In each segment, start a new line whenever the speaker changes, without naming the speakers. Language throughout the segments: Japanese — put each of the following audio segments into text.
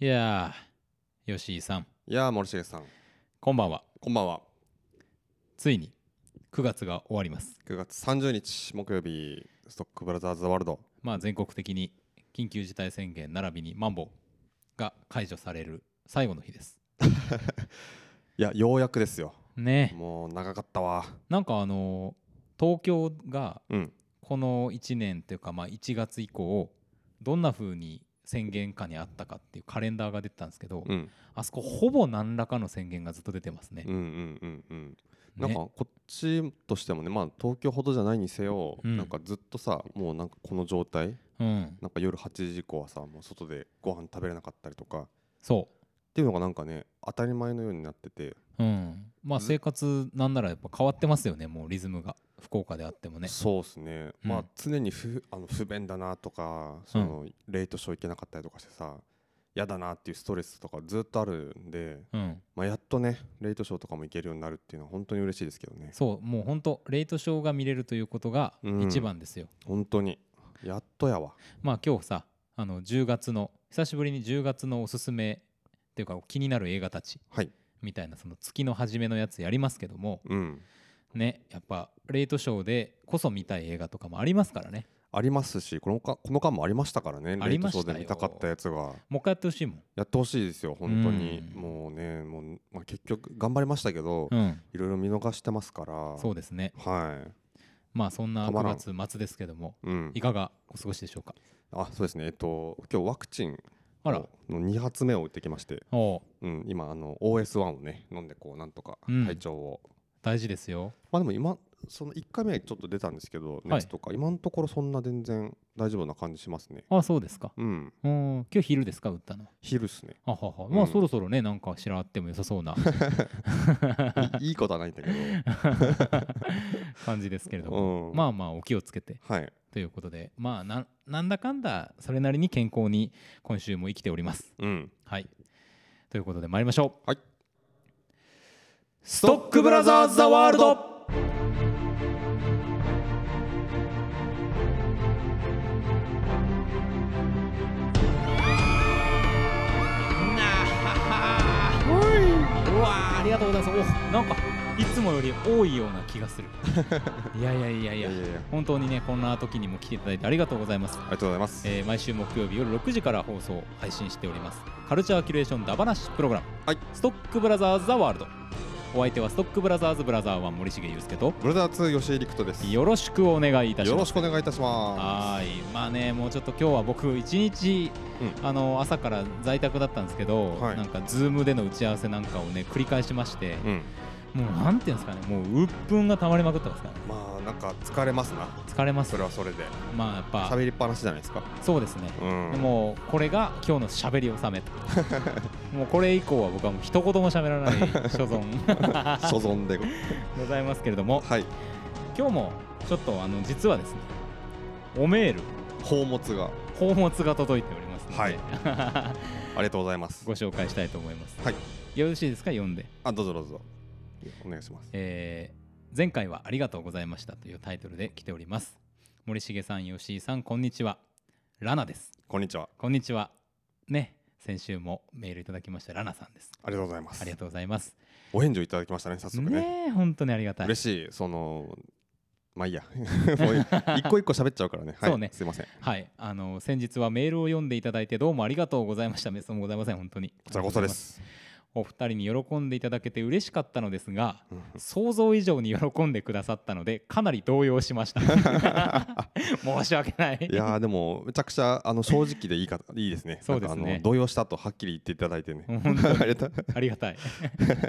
いやー、吉井さん、
いやー森重さん
こんばんは。
こんばんは
ついに9月が終わります。
9月30日木曜日ストックブラザーズワールド
まあ、全国的に緊急事態宣言並びにマンボウが解除される最後の日です。
いやようやくですよ
ねえ
もう長かったわ
なんかあのー東京が
うん
この1年というか、まあ、1月以降、どんな風に宣言下にあったかっていうカレンダーが出てたんですけど、
うん
あそこほぼ何らかの宣言がずっと出てますね。
うんうんうんうん
ね
なんかこっちとしてもねまあ東京ほどじゃないにせよ、
うん
なんかずっとさもうなんかこの状態
うん、
なんか夜8時以降はさもう外でご飯食べれなかったりとかっ
そう
ていうのがなんかね当たり前のようになってて、
うん、まあ
ず
生活なんならやっぱ変わってますよねもうリズムが福岡であってもね
そうですね、ま
う
あ
ん
常にふあの不便だなとかその、レイトショー行けなかったりとかしてさ嫌だなっていうストレスとかずっとあるんで、
うん
まあ、やっとねレイトショーとかも行けるようになるっていうのは本当に嬉しいですけどね
そうもうほんとレイトショーが見れるということが
うん
一番ですよ、
本当にやっとやわ
まあ今日さあの10月の久しぶりに10月のおすすめっていうか気になる映画たち
はい
みたいなその月の初めのやつやりますけども
うん
ねやっぱレイトショーでこそ見たい映画とかもありますからね
ありますしこのかこの間もありましたからね
あ
レ
り
イト
ま
シ
し
ョ
た
ー
よ
で見たかったやつが
もう一回やってほしいもん
やってほしいですよ本当に
うん
もうねもう、まあ、結局頑張りましたけど、
うん
いろいろ見逃してますから
そうですね
は
まあそんな
たまらん
9月末ですけども
い、うん
い、かがお過ごしでしょうか
あそうですねえっと今日ワクチン
あら
の2発目を打ってきまして、
おう
うん、今あの OS1 をね飲んでこうなんとか
うん
体調を、
大事ですよ
まあでも今その1回目はちょっと出たんですけど熱とか、今のところそんな全然大丈夫な感じしますね
あそうですか
うん
うん今日昼ですか打ったの
昼っすね
あはは、
うん
まあそろそろねなんか知らあっても良さそうない
いいことはないんだけ
感じですけれども、
ど、うん、
まあまあお気をつけて
あはい
ということでまあななんだかんだそれなりに健康に今週も生きております
うん
はいということで参りましょう
はい
ストックブラザーズ・ザ・ワールドうわありがとうございますおなんかいつもより多いような気がするいやいやいやい
い
や
やいやいや
本当にねこんな時にも来ていただいてありがとうございます
ありがとうございます、
えー毎週木曜日夜6時から放送配信しておりますカルチャーキュレーションダバナシプログラム、
はい
ストックブラザーズ・ザ・ワールドお相手はストックブラザーズ・ブラザー1森重裕介と
ブラザー2吉井陸斗ですよ
よろしくお願いいたしま
ろ
す
しくお願いいたしま
はーいまあねもうちょっと今日は僕一日、
う
あの朝から在宅だったんですけど、
はい
なんかズームでの打ち合わせなんかをね繰り返しまして
す、、うん、
もうなんていうんですかねもう鬱憤が溜まりまくってますからね
まあなんか疲れますな
疲れます
それはそれで
まあやっぱ
喋りっぱなしじゃないですか
そうですね、
うん
でもこれが今日のしゃべり納め もうこれ以降は僕はもう一言もしゃべらない所 存
所存でご
ございますけれども
はい
今日もちょっとあの実はですねおメール
宝物が
宝物が届いておりますので、
はいありがとうございます
ご紹介したいと思います、
はい
よろしいですか読んで、
あどうぞどうぞお願いします
えー前回はありがとうございました」というタイトルで来ております森重さん吉井さんこんにちはラナです
こんにちは
こんにちはね先週もメールいただきましたラナさんです
ありがとうございます
ありがとうございます
お返事をいただきましたね早速ね
ねえ本当にありがたい
嬉しいそのまあ いいやもう一個一個喋っちゃうからねはい
そうね
すいませんこ
はいあの先日はメールを読んでいただいてどうもありがとうございましたメスもございません本当に
ちらこそです
お二人に喜んでいただけて嬉しかったのですが
うん
想像以上に喜んでくださったのでかなり動揺しま した申し訳ない
いやーでもめちゃくちゃあの正直でいいか いいですね
そうですね
なんかあの動揺したとはっきり言っていただいてね
うん本当
ありがとう
ありが たい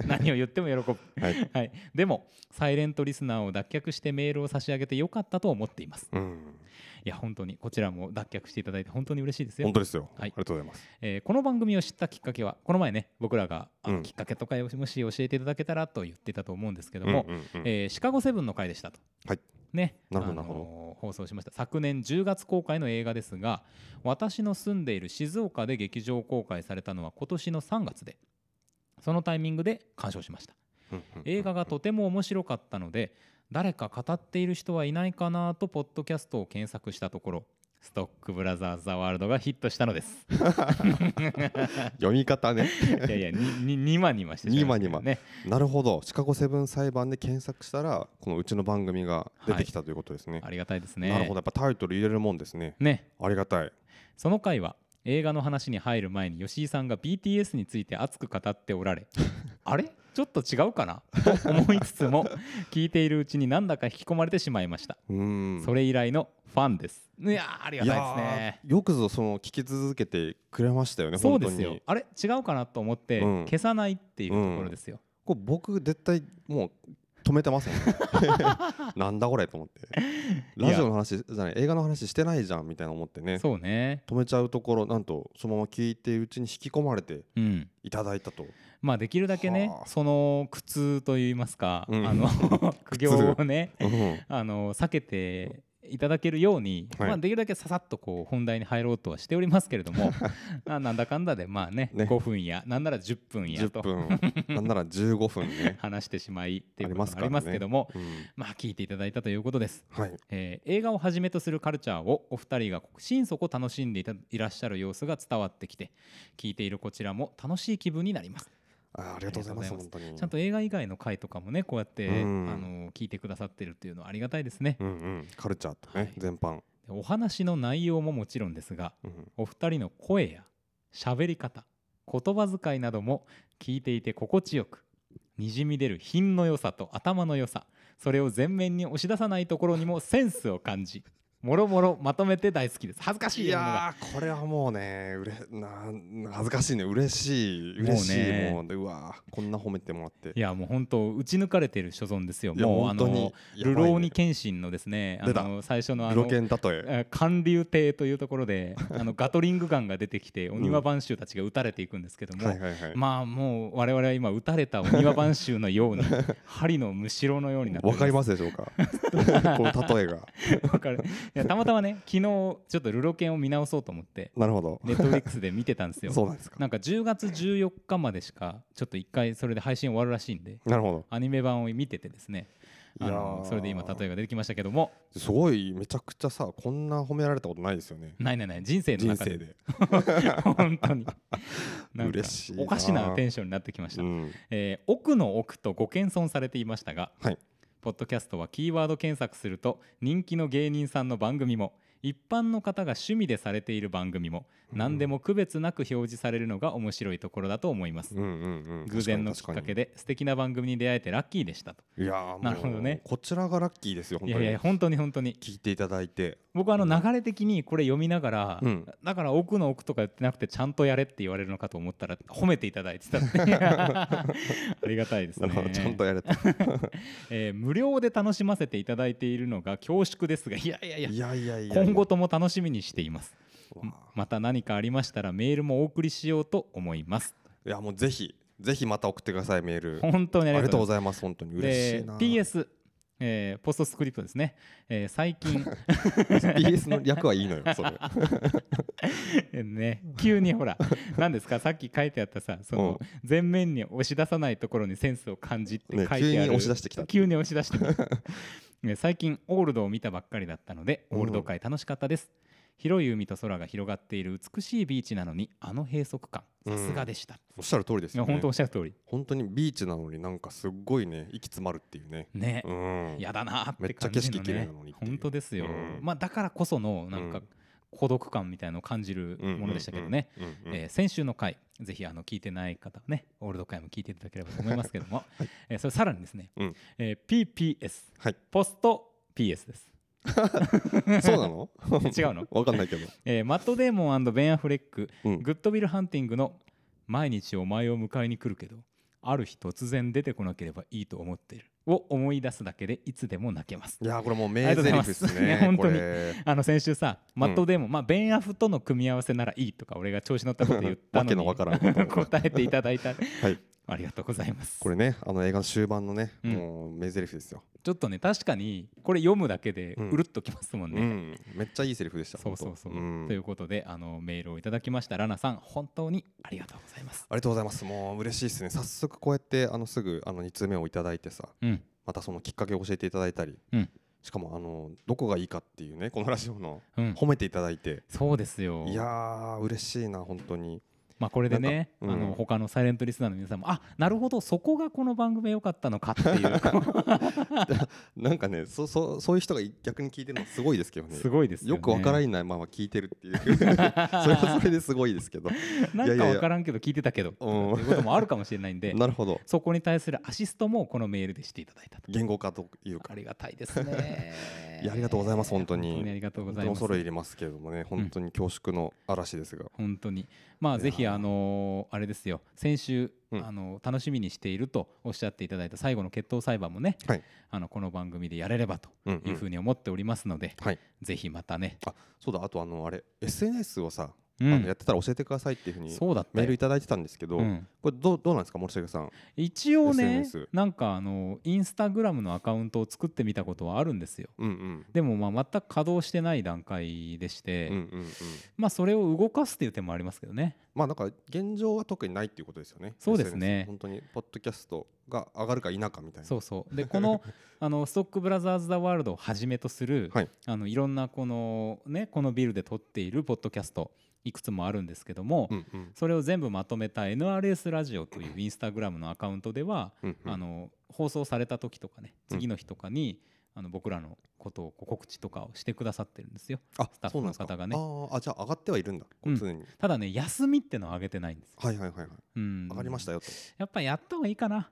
何を言っても喜ぶ
はい
はい、でもサイレントリスナーを脱却してメールを差し上げてよかったと思っています
うん
いや本当にこちらも脱却していただいて本当に嬉しいですよ
本当ですよ
はい
ありがとうございます
えーこの番組を知ったきっかけはこの前ね僕らがあの
うん
きっかけとかよもし教えていただけたらと言ってたと思うんですけど
うん
も、
うんうん
えーシカゴセブンの回でしたと。
はい
ね、
なるほど
あのー
なる
放送しました昨年10月公開の映画ですが私の住んでいる静岡で劇場公開されたのは今年の3月でそのタイミングで鑑賞しました
うんうん
映画がとても面白かったので誰か語っている人はいないかなとポッドキャストを検索したところストックブラザーズ・ザ・ワールドがヒットしたのです。
読み方ね
いや いや、にににまにましてしまいましたけどね。
なるほどシカゴセブン裁判で検索したらこのうちの番組が出てきたということですね、
ありがたいですね。
なるほどやっぱタイトル入れるもんですね
ね、
ありがたい
その回は映画の話に入る前に吉井さんが BTS について熱く語っておら れあれちょっと違うかなと思いつつ も聞いているうちになんだか引き込まれてしまいました、
うーん
それ以来のファンですいやーありがたいですね
いやーよくぞその聞き続けてくれましたよね
そう
本当
で
に
すよあれ違うかなと思って
うん
消さないっていうところですよ、
これ僕絶対もう止めてま すもんねなんだこれと思って
いや
ラジオの話じゃない映画の話してないじゃんみたいな思ってね
そうね
止めちゃうところなんとそのまま聞いているうちに引き込まれて
うん
いただいたと
まあできるだけね
はあ
その苦痛といいますか、
うん
あの苦行をね
うん
あの避けていただけるように、
はい
まあ、できるだけささっとこう本題に入ろうとはしておりますけれど もまあなんだかんだでまあね
ね
5分やなんなら10分や
10
と
分なんなら15分 ね、
話してしまいっていうこと
ありま
も
す
あ
からね
りますけども
うん
まあ聞いていただいたということです、
はい
えー映画をはじめとするカルチャーをお二人が心底楽しんでいたいらっしゃる様子が伝わってきて聞いているこちらも楽しい気分になります
あありがとうございます
ありが
本当に
ちゃんと映画以外の回とかもねこうやって、
うん
あの聞いてくださってるっていうのはありがたいですね、
うんうんカルチャーとね、
はい
全般、
でお話の内容ももちろんですが
うん
お二人の声や喋り方言葉遣いなども聞いていて心地よくにじみ出る品の良さと頭の良さそれを前面に押し出さないところにもセンスを感じもろもろまとめて大好きです恥ずかしい
い
よものが
やーこれはもうねうれなん恥ずかしいね嬉しい嬉しい
もうね
もうでうわーこんな褒めてもらって
いやもう本当打ち抜かれてる所存ですよ
いや
もうあ
本当
の
に
流浪に謙信のですねあ
出た
の最初のあ
ル
の
ロケン
え
例え
ー寒流亭というところであのガトリングガンが出てきて
ん
お庭番衆たちが撃たれていくんですけども、
はいはいはい
まあもう我々は今撃たれたお庭番衆のよう に針のむしろのようになってお
わかりますすでしょうか この例えが
わかるいやたまたまね昨日ちょっとルロケンを見直そうと思って
なるほど
ネットフリックスで見てたんですよ
そうなんですか
なんか10月14日までしかちょっと一回それで配信終わるらしいんで
なるほ
アニメ版を見ててですね
ど
あ
いや
の
ー
それで今例えが出てきましたけども
すごいめちゃくちゃさこんな褒められたことないですよね
ないないない人生の
人
中で
生 で、
本当 になんか
嬉しいな
おかしなテンションになってきました、
うん、
えー奥の奥とご謙遜されていましたが、
はい
ポッドキャストはキーワード検索すると人気の芸人さんの番組も一般の方が趣味でされている番組も
うん
何でも区別なく表示されるのが面白いところだと思います、
うんうんうん、
偶然のきっ
確に
かけ
確
で素敵な番組に出会えてラッキーでしたと
にいやーもう
なるほどね
こちらがラッキーですよ本
い
当
や
に
いや本当に本当に
聞いていただいて
僕あの流れ的にこれ読みながら、
うん
だから奥の奥とか言ってなくてちゃんとやれって言われるのかと思ったら褒めていただいてた って ありがたいです
な
ね
るほどちゃんとやれた
えー無料で楽しませていただいているのが恐縮ですがいやいやいや
いやいやいや
今後とも楽しみにしています
うわ
また何かありましたらメールもお送りしようと思います
いやもうぜひぜひまた送ってくださいメールあ
本当にあり
り
が
が
と
と
うご
うご
ざい
ざいます本当に
ます
嬉しいな
で PS えーポストスクリプトですね、えー最近
PS の略はいいのよそ れ
ね急にほら何ですかさっき書いてあったさその前面に押し出さないところにセンスを感じって書い
ね
てある、
急に押し出してきた
急に押し出して きたね最近オールドを見たばっかりだったのでオールド界楽しかったです、広い海と空が広がっている美しいビーチなのにあの閉塞感さすがでした、
おっしゃる通りです
いや
よね
本当おっしゃる通り
本当にビーチなのになんかすっごいね息詰まるっていうね
ね、
うん
やだなーって感
めっち
じ
ゃ景
の
色綺麗
ね
なのにっていう
本当ですよ、
うん
まあだからこそのなん
う
か
ん
孤独感みたいのを感じる
うんうんうん
ものでしたけどね、
うんうん
えー先週の回ぜひあの聞いてない方はねオールド回も聞いていただければと思いますけ ども、えーそれさらにですね、
うん
えー PPS
はい
ポスト PS です
そうなの
違うの
わかんないけど
えーマット・デーモンベン・アフレック、
うん
グッド・ビル・ハンティングの「毎日お前を迎えに来るけどある日突然出てこなければいいと思っている」を思い出すだけでいつでも泣けます
いやーこれもう名台詞です
ありが
ね
とうご
こ
ざいます
れ
あの先週さマット・デーモン、まあ、ベン・アフとの組み合わせならいいとか俺が調子乗ったこと言ったのに
わけの わからんこと
答えていただいた、
い
ありがとうございます
これねあの映画の終盤のね
うん
もう名台詞ですよ
ちょっとね確かにこれ読むだけで
うん
うるっときますもん
う
ね。
んめっちゃいいセリフでした
そうそうそう、
本当ん
ということであのメールをいただきましたラナさん本当にありがとうございます。
ありがとうございますもう嬉しいですね早速こうやってあのすぐあの2通目をいただいてさ
うん
またそのきっかけを教えていただいたり、
うん
しかもあのどこがいいかっていうね このラジオの
うん、
褒めていただいて、
そうですよ
いやー嬉しいな本当に
まあ、これでね、
なんか
あ
うん
の他のサイレントリスナーの皆さんもあなるほどそこがこの番組は良かったのかっていう
なんかねそそそういう人が逆に聞いてるのすごいですけどね
すごいですよ、
よ
ね、
くわから
ん
んないまま聞いてるっていう それはそれですごいですけど
ない
や
んか
いやいや
わからんけど聞いてたけど
うん
ということもあるかもしれないんで
なるほど
そこに対するアシストもこのメールでしていただいたと
言語化と いうか
ありがたいですね
いやありがとうございます本当に
ありがとうござい
本当
ま
に
す
恐れ入りますけれどもね本当に恐縮の嵐ですが、
本当にまあ
いや
ぜひあのーあれですよ先週、
うん
あのー楽しみにしているとおっしゃっていただいた最後の決闘裁判もね、
はい
あのこの番組でやれればと
うん
いうふうに思っておりますので、
はい
ぜひまたね、
そうだあとあのあれ SNS をさ、
う
あのや
ん、
ってたら教えてくださいっていうふうに
そうだった
メー
よ
ルいただいてたんですけど、
うん
これどうどうなんですか森下さん
一応ね
SNS
なんかあのーインスタグラムのアカウントを作ってみたことはあるんですよ
うんうん
でもまあ全く稼働してない段階でして、
うんうんうん
まあそれを動かすっていう手もありますけどね
まあなんか現状は特にないっていうことですよね
そうですね
SNS 本当にポッドキャストが上がるか否かみたいな
そうそうでこ のあのストックブラザーズ・ザ・ワールドをはじめとする、
はい
あのいろんなこの,、ね、このビルで撮っているポッドキャストいくつもあるんですけども、
うんうん
それを全部まとめた NRS ラジオというインスタグラムのアカウントでは、
うんうん
あの放送された時とかね
うん
次の日とかに、あの僕らのことをこう告知とかをしてくださってるんですよ
あ
スタッフの方がね
そうなんですかあーあじゃあ上がってはいるんだこ
うん
う常に、
ただね休みってのは上げてないんですよ、
はいはいはいはい
うん、
上がりましたよと
やっぱやった方がいいかな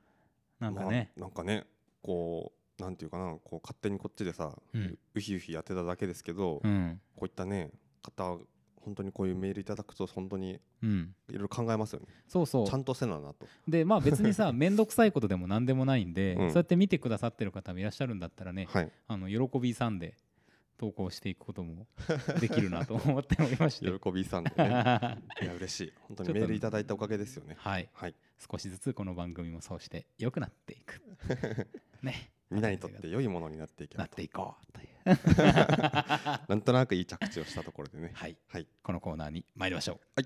なんかね、
まあなんかねこうなんていうかなこう勝手にこっちでさ、
う
うんひうひやってただけですけど、こ
うん
ういったね方本当にこういうメールいただくと本当に
うん
いろいろ考えますよね
そうそう
ちゃんとせななと
でまあ別に さ面倒くさいことでも何でもないんで、
うん
そうやって見てくださってる方もいらっしゃるんだったらね、
はい
あの喜びさんで投稿していくこともできるなと思っておりまして
喜びさんでね
はい
や嬉しい本当
ちょ
に
っと
メールいただいたおかげですよ
い
ねはい
少しずつこの番組もそうして良くなってい くね
皆にとって良いものになっていけ
な
ば
っ
と
ていこうというは
なんとなくいい着地をしたところでね
い
はい
このコーナーに参りましょう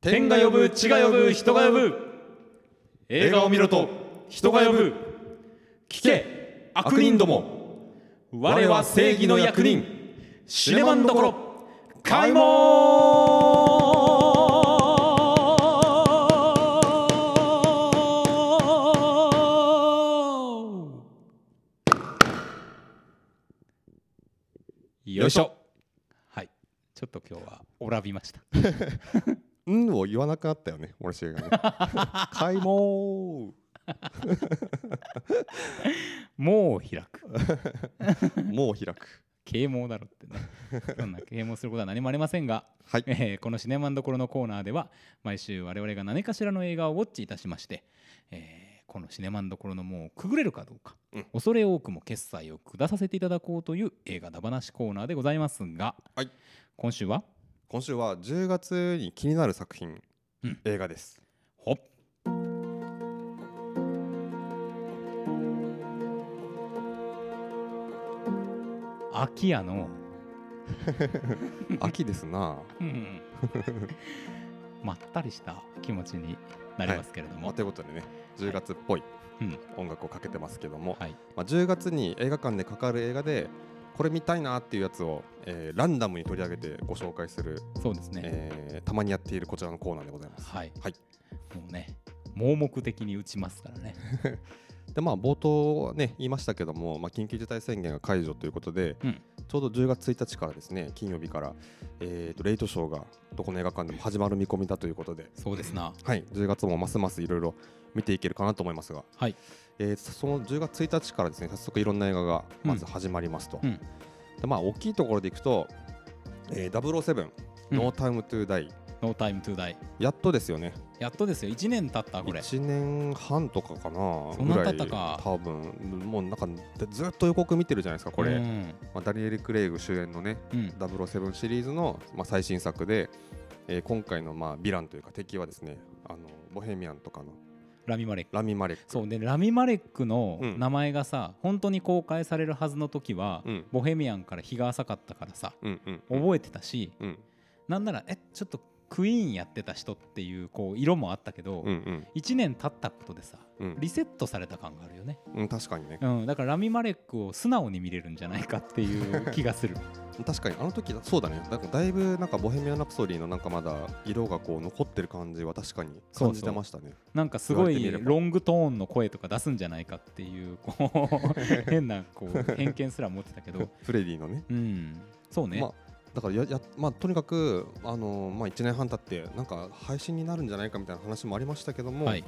天が呼ぶ地が呼ぶ人が呼ぶ映画を見ろと人が呼ぶ
聞け
悪人ども
我は正義の役人シネマンどころ開
開
門
門
よいしょはいちょっと今日はおらびました
うんを言わなくなったよね俺し げがね開門
もう開 く
もう開く
啓蒙だろってねそんな啓蒙することは何もありませんが
はい
えーこのシネマンどころのコーナーでは毎週我々が何かしらの映画をウォッチいたしまして、えーこのシネマンどころの門をくぐれるかどうか、
うん
恐れ多くも決済を下させていただこうという映画だ話コーナーでございますが、
はい
今週は
今週は10月に気になる作品、
うん
映画です
ほっアキヤの、
秋ですな
うん、 まったりした気持ちになりますけれども、
まあということでね10月っぽい
うん
音楽をかけてますけども、
はい、
まあ、10月に映画館でかかる映画でこれ見たいなっていうやつを、えーランダムに取り上げてご紹介する、
そうですね。
えーたまにやっているこちらのコーナーでございます。
はい。
はい
もうね、盲目的に打ちますからね。
でまあ冒頭ね言いましたけども、まあ、緊急事態宣言が解除ということで、
うん
ちょうど10月1日からですね金曜日から、えーとレイトショーがどこの映画館でも始まる見込みだということで、
そうです な。
はい、10月もますますいろいろ見ていけるかなと思いますが、
はい
えーその10月1日からですね早速いろんな映画がまず始まりますと、
うん
でまあ、大きいところでいくと、えー、007、
うん
No Time to Die
ノータイムトゥーダイ。
やっとですよね
やっとですよ。1年経ったこれ。
1年半とかかな
そん
ぐ
な
ら
経
い
ったか
多分もうなんかずっと予告見てるじゃないですかこれ、
うん。
まあ、ダニエル・クレイグ主演のね
うん。
007シリーズの、まあ、最新作で、えー今回のまあヴィランというか敵はですねあのボヘミアンとかの
ラミマレック。
ラミ・マレック
そうでラミマレックの
うん
名前がさ、本当に公開されるはずの時は、
うん
ボヘミアンから日が浅かったからさ
うんうんうん
覚えてたし、
うん
なんならえちょっとクイーンやってた人っていうこう色もあったけど、
うん
1年経ったことでさ
うん
リセットされた感があるよね、
うん確かにね
うん、だからラミマレックを素直に見れるんじゃないかっていう気がする
確かにあの時そうだねなんかだいぶなんかボヘミアン・ラプソディのなんかまだ色がこう残ってる感じは確かに感じてましたね
なんかすご
言われて
い
みれば
ロングトーンの声とか出すんじゃないかっていうこ う変なこう偏見すら持ってたけど
フレディのね
うんそうね、
まあだからやや、まあ、とにかく、あのまあ、1年半経ってなんか配信になるんじゃないかみたいな話もありましたけども、
はい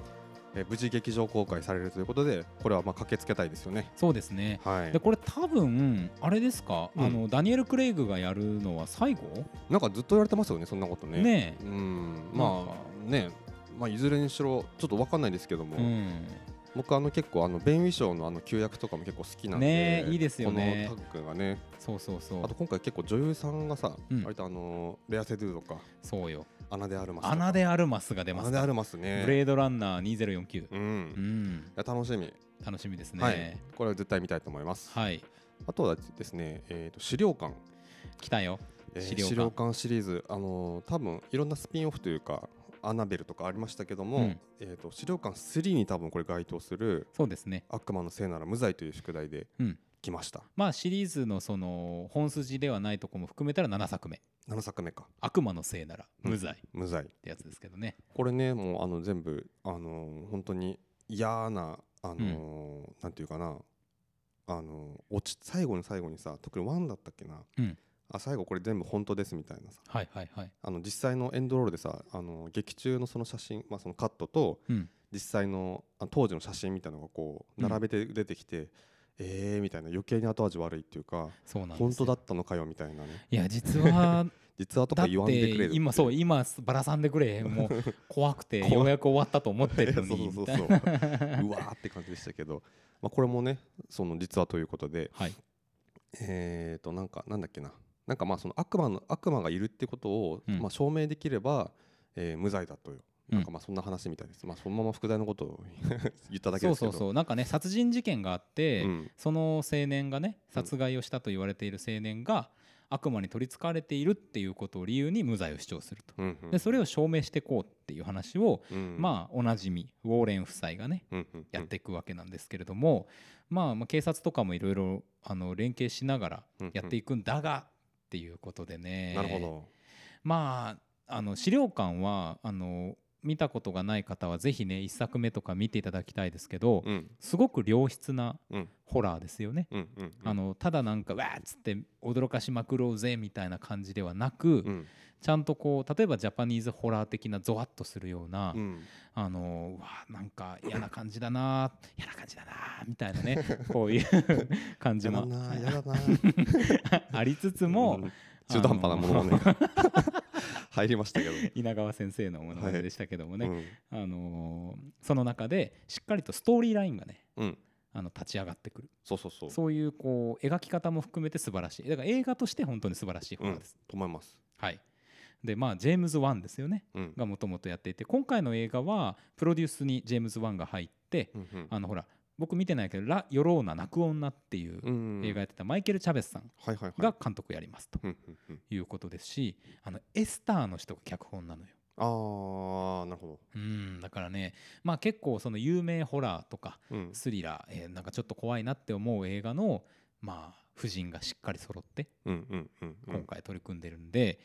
えー無事劇場公開されるということでこれはまあ駆けつけたいですよね。
そうですね
はい
で、これ多分あれですか、
うん
あのダニエル・クレイグがやるのは最後
なんかずっと言われてますよねそんなことね。
ね
うん
なんか
まあねまあ、いずれにしろちょっと分かんないですけども、
え、うん、
僕あの結構あのベン・ウィショーのあの旧約とかも結構好きなんで
ねえいいですよね
このタッグがね
そうそうそ
あと
う
今回結構女優さんがさ、
うん
割とあのレア・セドゥとか
そうよ
アナ・デ・アルマスとか
アナデアルマスが出
ア
ま
ナ
す
デア
か
ルマスね
ブレードランナー2049
う、
うんん
いや楽しみ、
楽しみです
はい
ね、
これは絶対見たいと思います、
はい
あとはですね、えー、と資料館、
来たよ
えー
資
資
料
料
館
館シリーズ、あのー多分いろんなスピンオフというかアナベルとかありましたけども、
うん
えー、と資料館3に多分これ該当する
そうですね
悪魔のせいなら無罪という宿題で
うん
来ました、
まあシリーズのその本筋ではないとこも含めたら7作目
7作目か
「悪魔のせいなら無罪」っ
無罪
てやつですけどね、
これねもうあの全部あのー本当に嫌なあのーなんていうかなあのー落ち最後の最後にさ特にワンだったっけな、
うん
あ最後これ全部本当ですみたいなさ
はいはいはい
あの実際のエンドロールでさあの劇中のその写真、まあ、そのカットと
うん
実際のあ当時の写真みたいなのがこう
うん
並べて出てきて、えーみたいな余計に後味悪いっていうか
そうなんですよ
本当だったのかよみたいなね
いや実は
実はと
だっ
か
て
言わんでくれる
今そう
う
今バラさんでくれもう怖くてようやく終わったと思ってるのに
そう
み
そ
た
うそう
い
そうう
な
わーって感じでしたけど、まあ、これもねその実はということで
はい
えーとなんかなんだっけななんかまあその悪魔の悪魔がいるってことを、
うん
まあ、証明できれば、えー無罪だという。
うん
なんかまあそんな話みたいです、まあそのまま副題のことを 言っただ
そ
けで
う
すけ
そ
ど
うそうなんかね殺人事件があって、
うん
その青年がね殺害をしたと言われている青年が悪魔に取りつかれているっていうことを理由に無罪を主張すると
うんうん
でそれを証明していこうっていう話を、
うん
まあおなじみウォーレン夫妻がね
うんうんうん
やっていくわけなんですけれども、まあ、まあ警察とかもいろいろあの連携しながらやっていくんだがっていうことでね
なるほど、
まああの資料館はあの見たことがない方はぜひね1作目とか見ていただきたいですけど、
うん
すごく良質な
うん
ホラーですよね。
うんうん
あのただなんかわーっつって驚かしまくろうぜみたいな感じではなく、
うん
ちゃんとこう例えばジャパニーズホラー的なゾワッとするような、
うん
あのうわあなんか嫌な感じだな嫌な感じだなみたいな ねこういう 感じ
やだ
も
なやだな
ありつつも
うん中途半端なものまねが 入りましたけど、
稲川先生のものまねでしたけどもね、
うん
あのーその中でしっかりとストーリーラインがね
うん
あの立ち上がってくる
そうそうそう
そういうこう描き方も含めて素晴らしいだから映画として本当に素晴らしいホ
う
ラ
ん
ー
と
です、
思います
はいでまあジェームズ・ワンですよね
うん
がもともとやっていて今回の映画はプロデュースにジェームズ・ワンが入って、
うんうん
あのほら僕見てないけど「ラ・ヨローナ泣く女」っていう
うん
映画やってたマイケル・チャベスさん
はいはいはい
が監督やりますと
うんうんうん
いうことですしあのエスターの人が脚本なのよ。
あーなるほ
うんだからね、まあ、結構その有名ホラーとか
ど、うん、
スリラー、えーなんかちょっと怖いなって思う映画の、まあ、夫人がしっかり揃って
うんうんうんうん
今回取り組んでるんで、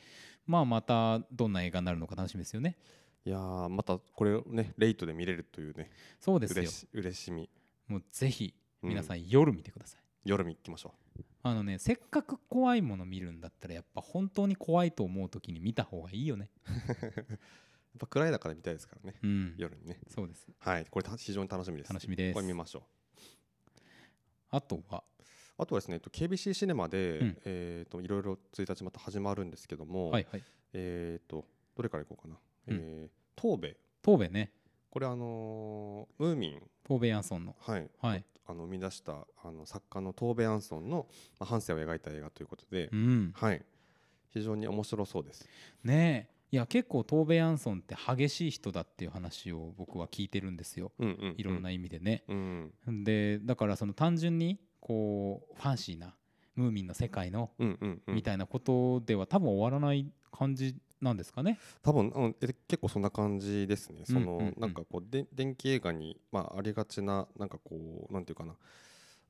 まあ、またどんな映画になるのか楽しみですよね。
いやーまたこれをねレイトで見れるというね
そうです
嬉
よ
し嬉しみ
もうぜひ皆さ
うん
夜見てください。
夜見行きましょ
あのねせっかく怖いもの見るんだったらやっぱ本当に怖いと思う時に見た方がいいよね。
うやっぱ暗い中で見たいですからね
うん、
夜にね
そうです
はいこれた非常に楽しみです
楽しみです
これ見ましょう
あとは
あとはですね、えっと KBC シネマで、
うん
えー、といろいろ1日また始まるんですけども、
はいはい
えー、とどれからいこうかな、
うん
えー東米
東米ね
これあのームーミン、
東米ヤンソンの
はい、
はい
あの生み出したあの作家の東米アンソンの、まあ、半生を描いた映画ということで、
うん
はい、非常に面白そうです。
ねえいや結構東米ヤンソンって激しい人だっていう話を僕は聞いてるんですよ
うんうんうん
いろんな、意味でね、
うん
でだからその単純にこうファンシーなムーミンの世界の
うんうんうん、
みたいなことでは多分終わらない感じなんですかね。
多分うんえ結構そんな感じですねその、
うんうんうん
なんかこうで電気映画に、まあ、ありがちななんかこうなんていうかな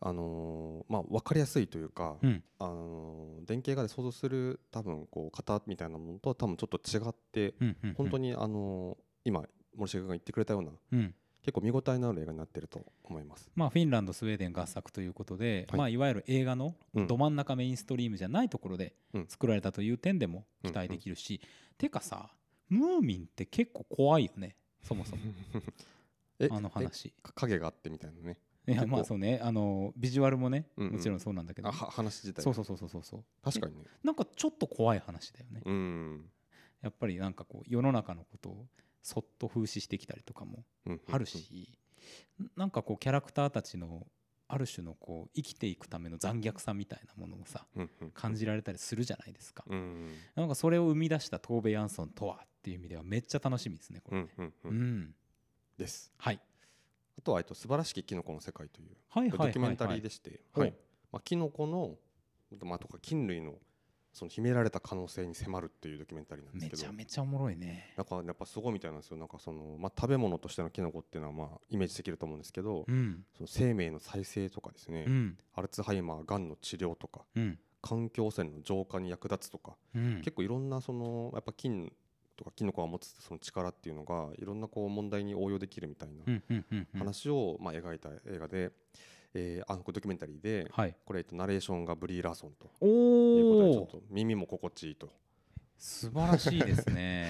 あのーまあ分かりやすいというか、
うん
あのー電気映画で想像する多分こう型みたいなものとは多分ちょっと違って
うんうんうん
本当にあのー今森重君が言ってくれたような
うん
結構見応えのある映画になってると思います。
まあ、フィンランドスウェーデン合作ということで、
はい
まあ、いわゆる映画の
うん
ど真ん中メインストリームじゃないところで
うん
作られたという点でも期待できるし、てかさムーミンって結構怖いよねそもそも
え
あの
え
話
か影があってみたいなね
いや
結構
まあそうねあのビジュアルもね
うんうん
もちろんそうなんだけど、
あは話自体
そうそうそうそうそうそう
確かにね
なんかちょっと怖い話だよね、
うん
やっぱりなんかこう世の中のことをそっと風刺してきたりとかも
うん
あるし、なんかこうキャラクターたちのある種のこう生きていくための残虐さみたいなものをさ
うんうん
感じられたりするじゃないですか、
うん
なんかそれを生み出したトーベ・ヤンソンとはっていう意味ではめっちゃ楽しみですねこ
う
れね
んうんう
うんん、
です
はい
あとは、えっと「素晴らしきキノコの世界」という
はい
ド
はいはいはい
キュメンタリーでして、
ほう
はいまあ、キノコの、まあ、とか菌類のその秘められた可能性に迫るっていうドキュメンタリーなんで
め
すけ
ちゃ
ど
めちゃおもろいね
だからやっぱすごいみたいなんですよなんかその、まあ、食べ物としてのキノコっていうのはまあイメージできると思うんですけど、
うん
その生命の再生とかですね、
うん
アルツハイマーがんの治療とか
うん
環境汚染の浄化に役立つとか、
うん
結構いろんなそのやっぱ菌とかキノコが持つその力っていうのがいろんなこう問題に応用できるみたいな
うんうんうんうん
話をまあ描いた映画で、えーあのこれドキュメンタリーで、
はい
これ、えっと、ナレーションがブリー・ラーソンと
お
いうことでちょっ
お
と耳も心地いいと本
素晴らしいですね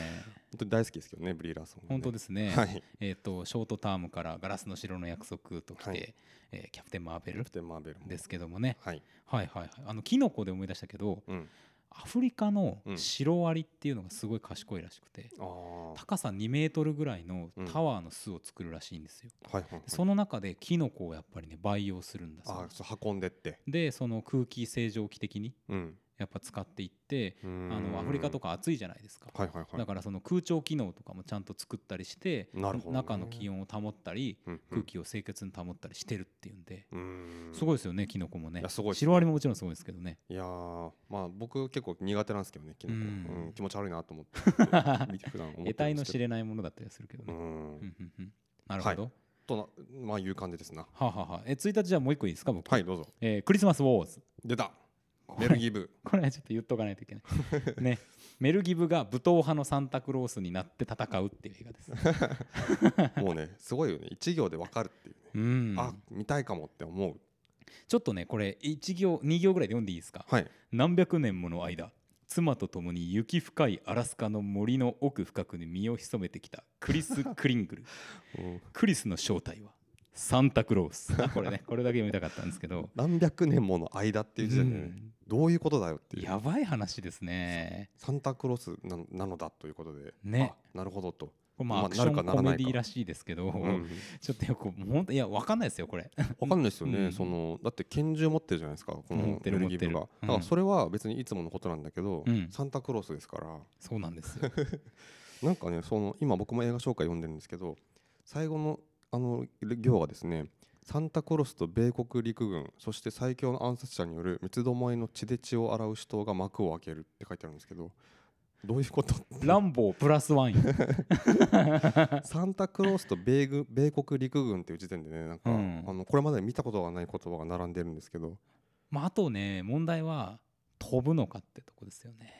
当に大好きですけどねブリー・ラーソン、ね、
本当ですすね、
はい
えっ、とショートタームから「ガラスの城の約束」ときて、
はい
えーキャプテン・マーベ
キャ
ル
プテン・マーベルも
ですけどもね
はい、
はいはいはいあのキノコで思い出したけど
うん、
アフリカの
うん
シロアリっていうのがすごい賢いらしくて、
ああは
高さ2メートルぐらいの
うん
タワーの巣を作るらしいんですよ、
いはい、はい
で、その中でキノコをやっぱりね培養するんだ
あ
そう
あ
です
そう運んでって、
でその空気清浄機的に
うん、
やっぱ使っていって
あ
あのアフリカと
か
か暑いじゃないですか、
はいはいはい
だからその空調機能とかもちゃんと作ったりして
なるほどね
中の気温を保ったり
うんうん
空気を清潔に保ったりしてるっていうんで、
うん
すごいですよねキノコもね
いやすごいですね
シロアリももちろんすごいですけどね
いやーまあ僕結構苦手なんですけどねキノ
う
コ、うんん気持ち悪いなと思って 見て普段思ってるんですけど
得体の知れないものだったりはするけど
う
ね、うん
ん
うんうんなるほど、
となまあいう感じですな
はあはあはあえ1日じゃあもう一個いいですか僕、
はいどうぞ
えークリスマスウォーズ
出たベルギー部
これはちょっと言っとかないといけない ねメルギブが武闘派のサンタクロースになって戦うっていう映画です
もうねすごいよね一行でわかるっていうね、
うん
あ見たいかもって思う
ちょっとねこれ1行2行ぐらいで読んでいいですか
はい
何百年もの間妻と共に雪深いアラスカの森の奥深くに身を潜めてきたクリス・クリング ル
うん
クリスの正体はサンタクロー スあこれねこれだけ読みたかったんですけど
何百年もの間っていう時点でね、
うん
どういうことだよっていう
やばい話ですね
サンタクロースななのだということで、
ね
あなるほどと、
これまあ
まあ
アクショ
な
ン
るかな
コ
らない
メ
か
ディらしいですけど、
うん、
ちょっとよくもう本当いやわかんないですよこ れ
わかんないですよね、
うん
そのだって拳銃持ってるじゃないですかこ
持っ
の
て
ベ
る
ルギー部
持っ
が
てる
だからそれは別にいつものことなんだけど、
うん
サンタクロースですから
そうなんですよ
なんかねその今僕も映画紹介読んでるんですけど最後のあの行がですねサンタクロースと米国陸軍そして最強の暗殺者による三つどもえの血で血を洗う死闘が幕を開けるって書いてあるんですけどどういうこと
ランボープラスワイン、
サンタクロースと米軍米国陸軍っていう時点でねなんか、
うん
あのこれまで見たことがない言葉が並んでるんですけど
まあ、あとね問題は飛ぶのかってとこですよね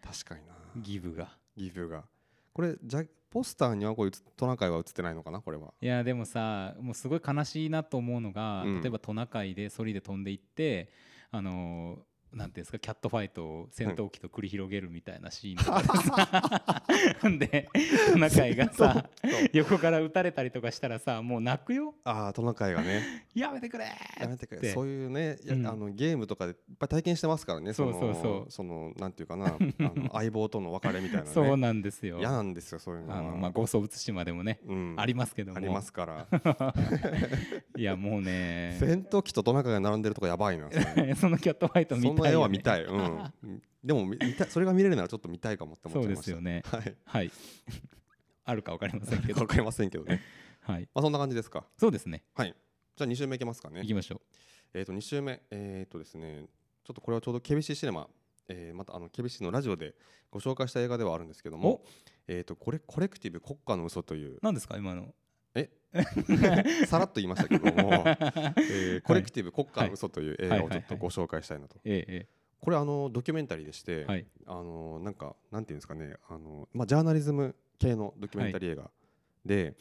確かにな
ギブが
ギブがこれじゃポスターにはこれトナカイは映ってないのかなこれはい
やでもさもうすごい悲しいなと思うのが、
うん
例えばトナカイでソリで飛んでいってあのーなんていうんですかキャットファイトを戦闘機と繰り広げるみたいなシーンとか でさでトナカイがさ横から撃たれたりとかしたらさもう泣くよ
ああトナカイがね
やめてくれー
やめてくれそういうね、いや
うん
あのゲームとかでいっぱい体験してますからねの
そうそうそう
そのなんていうかなあの 相棒との別れみたいなね
そうなんですよ
嫌なんですよそういうのは
あのまあゴースト・オブ・ツシマでもね、
うん、
ありますけども
ありますから
いやもう ね
戦闘機とトナカイが並んでるとこやばいなそ れ
そのキャットファイト見たい、
そ
ね、
の絵は見たい、うん、でも見見たそれが見れるならちょっと見たいかもって思っ
そう
ちゃい
で
まし
す
た
よね
はい
はい あるかわかりませんけ
わ
ど
かりませんけどね
はい
まあそんな感じですか
そうですね
はいじゃあ2週目いきますかね
行きましょう
えー、と2週目、えーとですね、ちょっとこれはちょうど KBC シネマ、えーまたあのケビシのラジオでご紹介した映画ではあるんですけども
お
「えー、とこれコレクティブ国家の嘘という
何ですか今の
えさらっと言いましたけど も、えーコレクティブ国家の嘘という映画をちょっとご紹介したいなと、
え
これあのドキュメンタリーでし
え
て、
はい
あのなんかなんていうんですかねあの、まあ、ジャーナリズム系のドキュメンタリー映画で、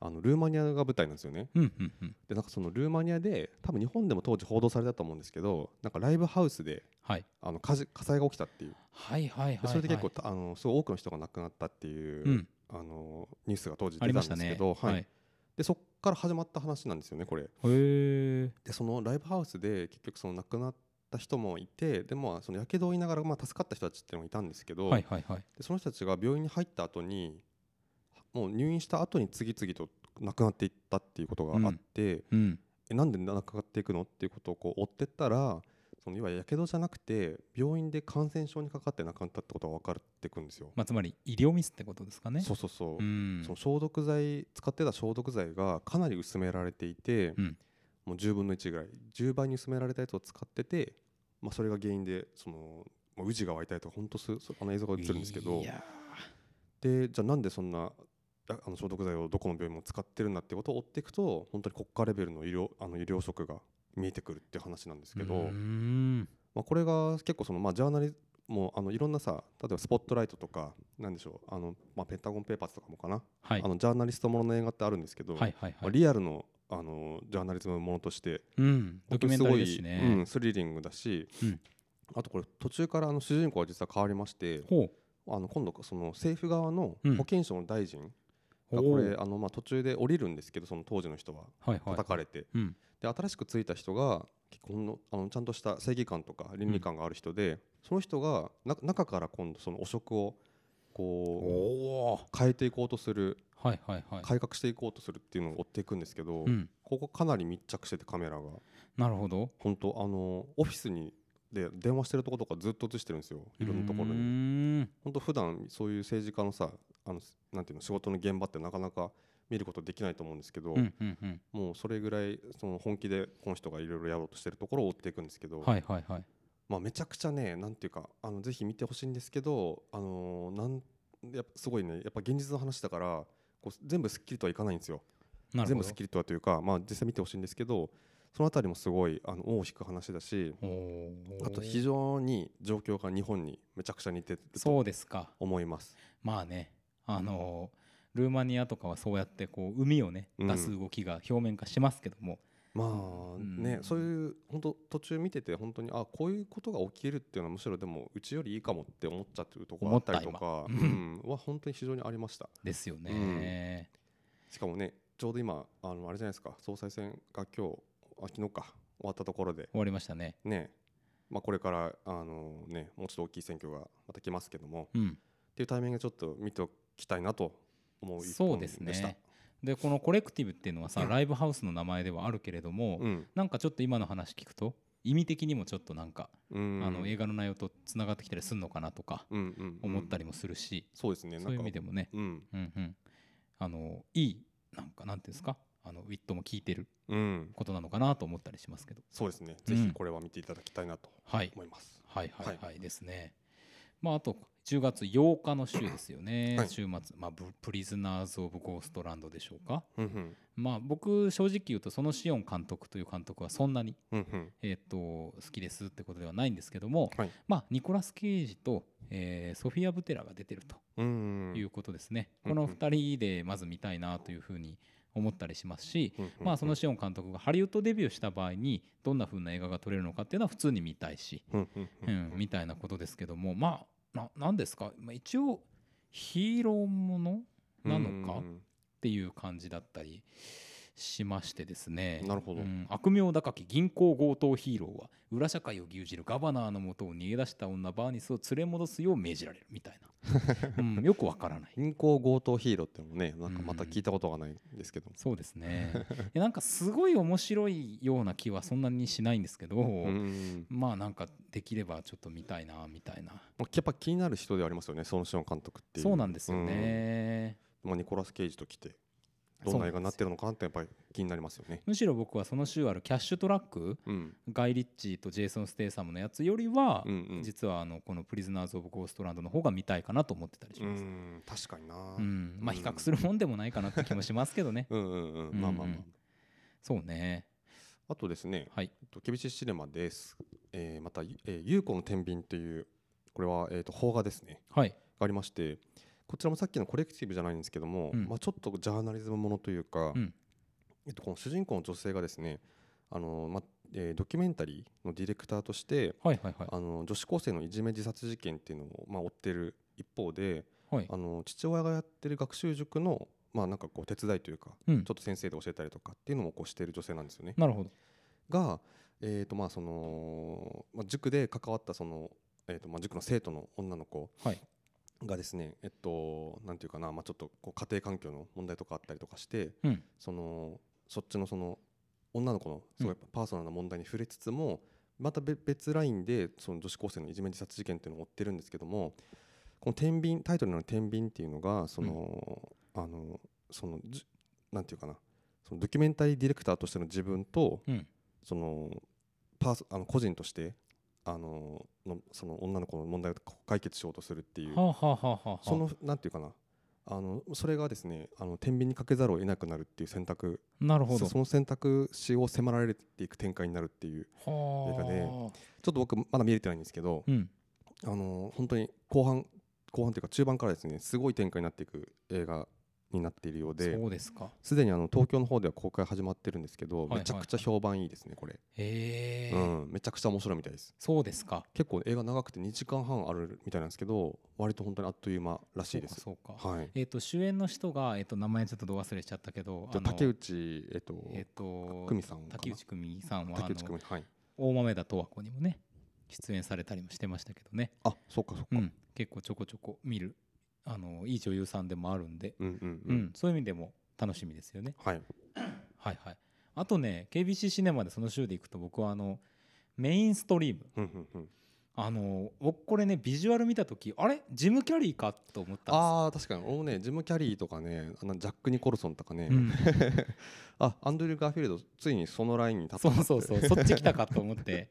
あのルーマニアが舞台なんですよね
うんうんうん
でなんかそのルーマニアで多分日本でも当時報道されたと思うんですけどなんかライブハウスで
はい
あの火事火災が起きたっていう
はいはいはい
でそれで結構
は
たあのすごい多くの人が亡くなったっていう、
いうん
あのニュースが当時
あり
出た
ま
ん
した
ですけ
ね
ど、はい
はい
でそこから始まった話なんですよねこれ
へえ
でそのライブハウスで結局その亡くなった人もいてでもそのやけどを負いながら、まあ、助かった人たちっていうのもいたんですけど、
はいはいはい
でその人たちが病院に入った後にもう入院した後に次々と亡くなっていったっていうことがあって、
うん
えなんで亡くなっていくのっていうことをこう追ってったらそのいわゆるやけどじゃなくて病院で感染症にかかって亡くなったってことが分かってくるんですよ。
まあつまり医療ミスってことですかね
そうそうそ
う
う、
ん
その消毒剤使ってた消毒剤がかなり薄められていて、
うん
もう10分の1ぐらい10倍に薄められたやつを使ってて、まあ、それが原因でそのもうウジが湧いたりとか本当すそあの映像が映るんですけど
いや
でじゃあなんでそんなああの消毒剤をどこの病院も使ってるんだってことを追っていくと本当に国家レベルの医療あの医療職が見えてくるっていう話なんです
ー
けど、
うん
まあ、これが結構その、まあ、ジャーナリもうあのいろんなさ例えばスポットライトとかなんでしょうあの、まあ、ペンタゴンペーパーズとかもかな
はい
あのジャーナリストものの映画ってあるんですけど、
はいはい
ま
は
あ
い
リアルのあのジャーナリズムものとして
うんドキュメンタリーですしね
本当にすごいうん、スリリングだし、
うん
あとこれ途中からあの主人公は実は変わりまして
ほ
あの今度その政府側の
うん
保健省の大臣
う
がこれ、
ほう
あのまあ途中で降りるんですけどその当時の人は
はいはい
叩かれて、
うん
で新しくついた人が結構ほんのあのちゃんとした正義感とか倫理観がある人で、その人がな中から今度その汚職をこ
お
う変えていこうとする
はいはいはい
改革していこうとするっていうのを追っていくんですけど、
うん
ここかなり密着しててカメラが
なるほど
本当あのオフィスにで電話してるとことかずっと映してるんですよいろんなところ
うー
に
ん
本当普段そういう政治家のさあのなんていうの仕事の現場ってなかなか見ることできないと思うんですけど、
うんうんうん
もうそれぐらいその本気でこの人がいろいろやろうとしてるところを追っていくんですけど、
はいはいはい
まあ、めちゃくちゃねなんていうかあのぜひ見てほしいんですけど、あのなんやっぱすごいねやっぱ現実の話だからこう全部すっきりとはいかないんですよ。
なるほど
全部スッキリとはというか、まあ、実際見てほしいんですけどそのあたりもすごいあの尾を引く話だし
おー
あと非常に状況が日本にめちゃくちゃ似てる
そ
と
うですか
思います。
まあねあのールーマニアとかはそうやってこう海をね
うん
出す動きが表面化しますけども、
まあ
うん
ね、そういう本当途中見てて本当にあこういうことが起きるっていうのはむしろでもうちよりいいかもって思っちゃってるところあったりとか、
思
う
った今
ん、は本当に非常にありました
ですよね、
しかもねちょうど今あのあれじゃないですか総裁選が今日あ昨日か終わったところで
終わりましたね
ね、まあ、これからあの、ね、もうちょっと大きい選挙がまた来ますけども、
うん
っていうタイミングでちょっと見ておきたいなと思う一
そう
本
で
ですした。
ねでこのコレクティブっていうのはさ、
うん
ライブハウスの名前ではあるけれども、
うん
なんかちょっと今の話聞くと意味的にもちょっとなんか、
うん、
あの映画の内容とつながってきたりするのかなとか
うんうんうん
思ったりもするし、
そうですね
そういう意味で
も、
もね、
うん
うんうん、あのいいなんかなんていうんですかあのウィットも聞いてる
うん、
ことなのかなと思ったりしますけど
そうですね、
うん
ぜひこれは見ていただきたいなと
はい
思います。
はいはいはい、
は
ですね。まあ、あと10月8日の週ですよね、
はい
週末、まあ、ブプリズナーズ・オブ・ゴーストランドでしょうか、
うんうん
まあ、僕正直言うとそのシオン監督という監督はそんなに、
うんうん
えー、と好きですってことではないんですけども、
はい
まあ、ニコラス・ケイジと、えーソフィア・ブテラが出てると
うんうん
いうことですね、
うん
この2人でまず見たいなというふうに思ったりしますし、
うんうん
まあ、そのシオン監督がハリウッドデビューした場合にどんな風な映画が撮れるのかっていうのは普通に見たいし、
うんうんう
うんん、みたいなことですけどもまあななんですか、まあ、一応ヒーローものなのか
う
っ
ん
ていう感じだったりしましてですね
なるほど
うん悪名高き銀行強盗ヒーローは裏社会を牛耳るガバナーのもとを逃げ出した女バーニスを連れ戻すよう命じられるみた いな、うん、よくわからない
銀行強盗ヒーローっていうのもねなんかまた聞いたことがないんですけど、
そうですねいやなんかすごい面白いような気はそんなにしないんですけど、
うんうん
まあなんかできればちょっと見たいなみたいな
まあやっぱ気になる人ではありますよねそのシオン監督っていう
そうなんですよね、
まあ、ニコラス・ケイジと来てどんな映画になってるのかなってやっぱり気になりますよね。
むしろ僕はその週あるキャッシュトラック
うん、
ガイ・リッチーとジェイソン・ステイサムのやつよりは、
うんうん
実はあのこの「プリズナーズ・オブ・ゴーストランド」の方が見たいかなと思ってたりし
う
ます、
ん確かにな、
うんまあ比較するもんでもないかなって気もしますけど ね
うんうんうんまあまあまあ、
うんうんそうね
あとですね
はい
えっと厳しいシネマです、えーまた「えー、優子の天秤」というこれは、えー、と邦画ですね
はい
がありましてこちらもさっきのコレクティブじゃないんですけども、
うん
まあ、ちょっとジャーナリズムものというか、
うん
えっと、この主人公の女性がですねあの、まえードキュメンタリーのディレクターとして
はいはいはい
あの女子高生のいじめ自殺事件っていうのを、まあ、追ってる一方で
はい
あの父親がやってる学習塾の、まあ、なんかこう手伝いというか、
うん
ちょっと先生で教えたりとかっていうのもこうしている女性なんですよね。
なるほど
が、えーとまあそのまあ、塾で関わったその、えーとまあ、塾の生徒の女の子
はい
がですね、えっと、なんていうかな、まあ、ちょっとこう家庭環境の問題とかあったりとかして
うん
そのそっちのその女の子のすごいやっぱパーソナルな問題に触れつつも、また別別ラインでその女子高生のいじめ自殺事件っていうのを追ってるんですけどもこの天秤タイトルの「天秤」っていうのがその、あのそのじなんていうかなそのドキュメンタリーディレクターとしての自分と
うん
そのパーソあの個人としてあののその女の子の問題を解決しようとするっていう
はあはあはあはあはあ
そのなんていうかなあのそれがですねあの天秤にかけざるを得なくなるっていう選択
なるほど
そその選択肢を迫られていく展開になるっていう
はあ
映ちょっと僕まだ見れてないんですけど、
うん
あの本当に後半後半というか中盤からですねすごい展開になっていく映画になっているようで
そうですか
すでにあの東京の方では公開始まってるんですけど、
はいはい
めちゃくちゃ評判いいですねこれ、
へえ
うん、めちゃくちゃ面白いみたいです
そうですか
結構映画長くて2時間半あるみたいなんですけど割と本当にあっという間らしいです
そうかそうか
はい
えっと主演の人がえっと名前ちょっとど忘れしちゃったけどあ
じゃあ
の
竹内、えっと、
えっと
久美さんかな
竹内久美さんはあ
竹内
の
君、はい。
大豆田十和子にもね出演されたりもしてましたけどね
あ、そうか、そうか。
うん結構ちょこちょこ見るあのいい女優さんでもあるんで
うん、うん、
う。んそういう意味でも楽しみですよね
はい。
はいはいあとね KBC シネマでその週で行くと僕はあのメインストリーム
うん、うん、うん。
あの僕これねビジュアル見た時あれジム・キャリーかと思ったんです
ああ、確かに、俺もね、ジムキャリーとかね、あのジャックニコルソンとかね。
うん
あ、アンドリューガーフィールド、ついにそのラインに立った
そ
なって。
うそうそうそっち来たかと思って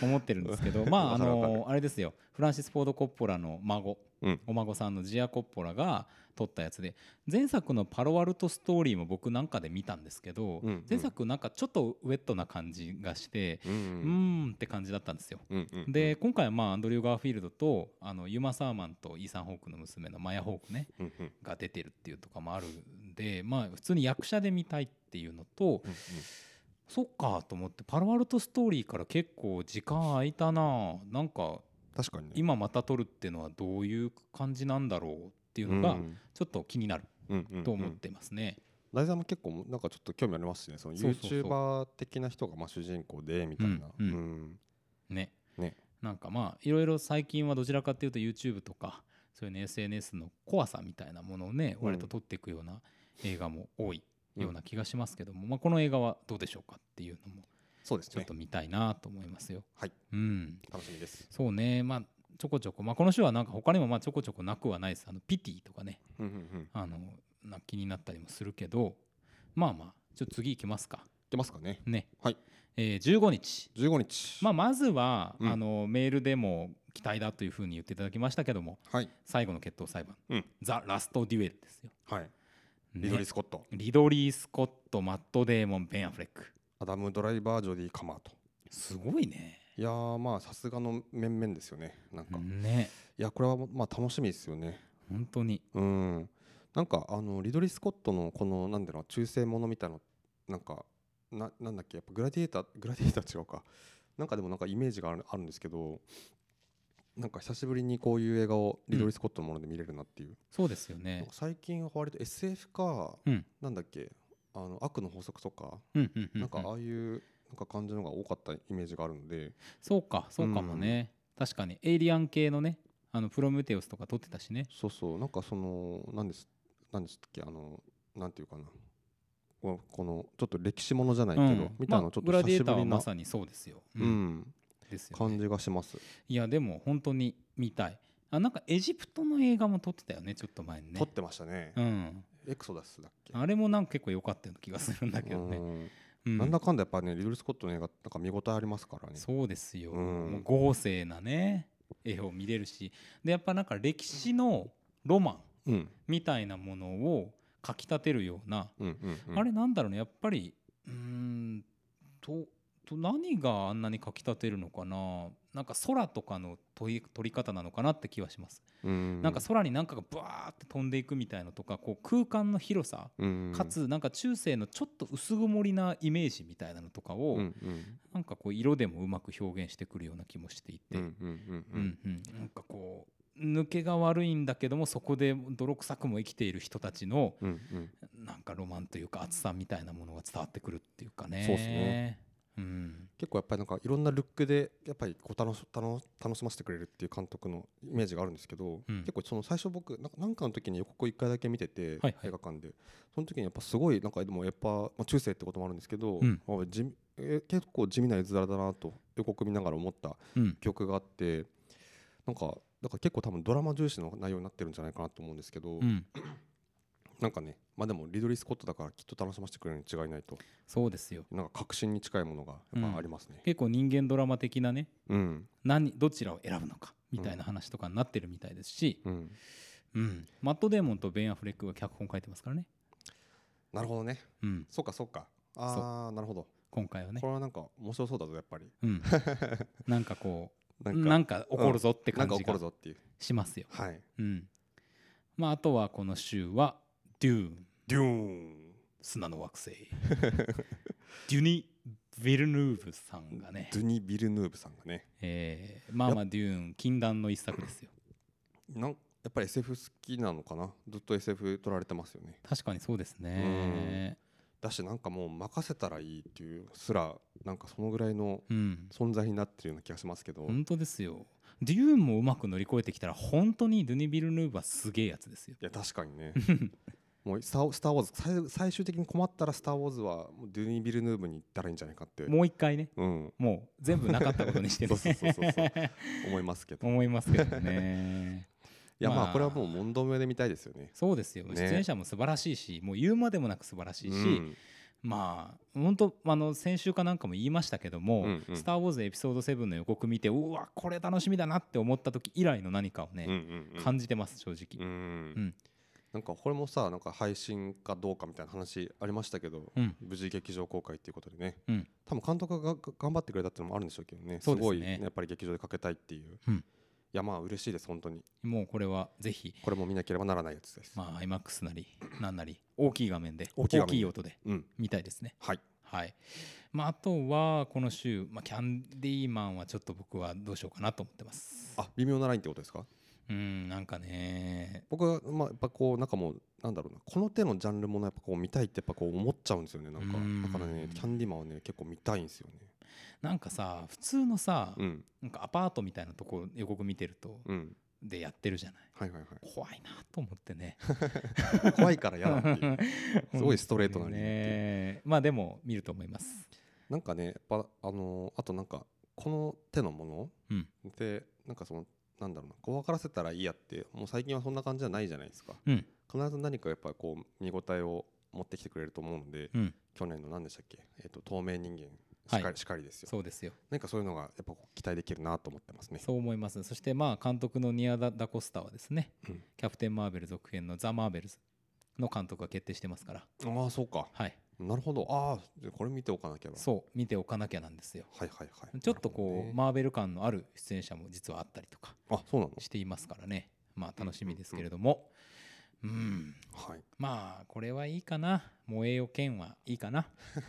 思ってるんですけ どまああ
わかるわか
のあれですよフランシス・フォード・コッポラの孫、
うん
お孫さんのジア・コッポラが撮ったやつで前作の「パロアルト・ストーリー」も僕なんかで見たんですけど、
うんうん
前作なんかちょっとウェットな感じがして
うん、
う
うん、
ーんって感じだったんですよ。
うん、うん。
で今回はまあアンドリュー・ガーフィールドとあのユマ・サーマンとイーサン・ホークの娘のマヤ・ホークね
うん、うん、
が出てるっていうとかもあるんでまあ普通に役者で見たいっていうのと、
うん、
そっかと思ってパロアルトストーリーから結構時間空いたななんか
確かにね。
今また撮るっていうのはどういう感じなんだろうっていう
う
の
ん
がちょっと気になる
うん、うん、
と思ってますね。
ライザーも結構なんかちょっと興味ありますしねその
そうそうそう
YouTuber 的な人がまあ主人公でみたいな
うんう
うん
ね。
ね
なんかまあいろいろ最近はどちらかっていうと YouTube とかそういうね SNS の怖さみたいなものをね
うん
割と撮っていくような映画も多いような気がしますけども、まあ、この映画はどうでしょうかっていうのも
そうです
ちょっ
ね
と見たいなと思いますよ。
はい
うん、
楽しみです
そうねまあちょこちょこ、まあ、この週はなんか他にもまあちょこちょこなくはないですあのピティとかね
うんうんうんい
あのな気になったりもするけどまあまあちょっと次行きますか
けますかね
ね、
はい
えー15日、
15日
まあ、まずは、
うん
あのメールでも期待だというふうに言っていただきましたけども
はい
最後の決闘裁判、
うん
ザ・ラスト・デュエルですよ、
はい
ね
リドリー・スコット
リドリー・スコットマット・デーモンベン・アフレック
アダム・ドライバージョディ・カマーと
すごいね
いやーまあさすがの面々ですよねなんか、い
ね
やこれはまあ楽しみですよね
本当に
うんなんかあのリドリー・スコットのこのなんだろう中性ものみたいななんかななんだっけやっぱグラディエーターグラディエーター違うかなんかでもなんかイメージがあるあるんですけどなんか久しぶりにこういう映画をリドリー・スコットのもので見れるなっていう、
そうですよね
最近は割と SF か、
うん
なんだっけあの悪の法則とか、
うんうんうん、う
なんかああいうなんか感じのが多かったイメージがあるので、
そうかそうかもね、確かにエイリアン系のねあのプロメテウスとか撮ってたしね
そうそうなんかそのなんですなんですっけあのなんていうかなここのちょっと歴史ものじゃないけど、
うん
みたいな
ま
の
あ
ちょっ
グラ
と久
ディエ
し
ーター
ぶ
は
りな、
まさにそうですよ、
うん
ですよね
感じがします、
いやでも本当に見たいあなんかエジプトの映画も撮ってたよねちょっと前にね
撮ってましたね、
うん
エクソダスだっけ
あれもなんか結構良かったような気がするんだけどね、
うん
うん
なんだかんだやっぱねリドル・スコットの映画なんか見応えありますからね
そうですよ、
うん
もう豪勢なね絵を見れるしでやっぱなんか歴史のロマン
うん
みたいなものをかきたてるような、
うんうんうん
あれなんだろうねやっぱりうーんとと何があんなにかきたてるのかななんか空とかの撮り撮り方なのかなって気はします、
うん
なんか空に何かがブワーって飛んでいくみたいのとかこう空間の広さ
うん
かつなんか中世のちょっと薄曇りなイメージみたいなのとかを、
うんうん
なんかこう色でもうまく表現してくるような気もしていて、
う
うん
うんうんうん
んうんなんかこう抜けが悪いんだけどもそこで泥臭くも生きている人たちの
うんうん
なんかロマンというか熱さみたいなものが伝わってくるっていうかね。
そうっすね
うん、
結構やっぱりなんかいろんなルックでやっぱりこう楽し楽し楽しませてくれるっていう監督のイメージがあるんですけど、
うん
結構その最初僕なんかなんかの時に予告を1回だけ見て
は
て、
いはい
映画館でその時にやっぱすごいなんかでもやっぱ、まあ、中世ってこともあるんですけど、
うん
あ地味え結構地味な絵面だなと予告見ながら思った
うん、
記憶があってなんかだから結構多分ドラマ重視の内容になってるんじゃないかなと思うんですけ
う
ど、
ん、
なんかねまあでもリドリー・スコットだからきっと楽しませてくれるに違いないと
そうですよ。
なんか確信に近いものがやっぱありますね。
結構人間ドラマ的なね、
うん、
何どちらを選ぶのかみたいな話とかになってるみたいですし、
うん
うん、マットデーモンとベンアフレックが脚本書いてますからね。
なるほどね。
うん、
そうかそうか。ああ、なるほど。
今回はね
こ。れはなんか面白そうだぞやっぱり。
うん、なんかこ
な
う、
んか
なんか起こるぞって
な
感
んか
じ
起こ
が
るぞっていう。
しますよ。
はい。
うん。まああとはこの週はデューン
デューン。
砂の 惑星デュニ・ヴィルヌーブさんがね、
ドゥニビルヌーブさんがね。
えーまあまあデューン禁断の一作ですよ。
なんやっぱり SF 好きなのかな。ずっと SF 撮られてますよね。
確かにそうですね。
だしなんかもう任せたらいいっていうすらなんかそのぐらいの
うん、
存在になってるような気がしますけど。い
本当ですよ。デューンもうまく乗り越えてきたら本当にドゥニ・ヴィルヌーブはすげえやつですよ。
や確か にね。もうスタースター・ウォーズ最最終的に困ったらスター・ウォーズはもうドゥニビルヌーブに行ったらいいんじゃないかって。
もう一回ね、
うん。
もう全部なかったことにしてね
そうそうそうそう思いますけ ど。
思いますけどね。
いやま
ま
あ
あ
これはもう問答目で見たいですよね。
そうですよ、
ね
出演者も素晴らしいしもう言うまでもなく素晴らしいし、
うん
まあ本当あの先週かなんかも言いましたけども「
うんうん
スター・ウォーズ」エピソード7の予告見てうわこれ楽しみだなって思った時以来の何かを
うん
ね、
うんうん
感じてます正
う
直。
んなんかこれもさなんか配信かどうかみたいな話ありましたけど、
うん
無事劇場公開っていうことでね
うん
多分監督がが頑張ってくれたっていうのもあるんでしょうけどね
そうですすね
ごいねやっぱり劇場でかけたいっていう、
うん
いやまあ嬉しいです本当に
もうこれはぜひ、
これも見なければならないやつです、
まあ、IMAX なりなんなり大きい画面で
大
大
きい
き
画面で
い音で
うん
見たいですね。
はい
はいまあ、あとはこの週、まあ、キャンディーマンはちょっと僕はどうしようかなと思ってます。
あ微妙なラインってことですか
うんなんかね
僕はまあやっぱこうなんかもうなんだろうなこの手のジャンルものやっぱこう見たいってやっぱこう思っちゃうんですよねなんか
うん
だからねキャンディマンはね結構見たいんですよね
なんかさ普通のさ、
うん
なんかアパートみたいなとこ予告見てると
うん
でやってるじゃない
はいはいはい
怖いなと思ってね
怖いから嫌だっていう すごいストレートな理由っていう
ねまあでも見ると思います
なんかねやっぱあのーあとなんかこの手のも
うん
のでなんかそのなんだろうなこう分からせたらいいやってもう最近はそんな感じじゃないじゃないですか
うん
必ず何かやっぱこう見応えを持ってきてくれると思うので、
うん
去年の何でしたっけ、えっと透明人間
は
し
い
かり,、しかりですよ
そうですよ
なんかそういうのがやっぱこう期待できるなと思ってますね
そう思いますそしてまあ監督のニアダ・ダコスタはですね、
うん
キャプテン・マーベル続編の「ザ・マーベルズ」の監督が決定してますから
ああそうか
はい
なるほどああこれ見ておかなきゃだ
そう見ておかなきゃなんですよ
はいはいはい
ちょっとこう、
なるほどね
マーベル感のある出演者も実はあったりとか
あそうなの
していますからねまあ楽しみですけれどもうん
はい
まあこれはいいかな燃えよ剣はいいかな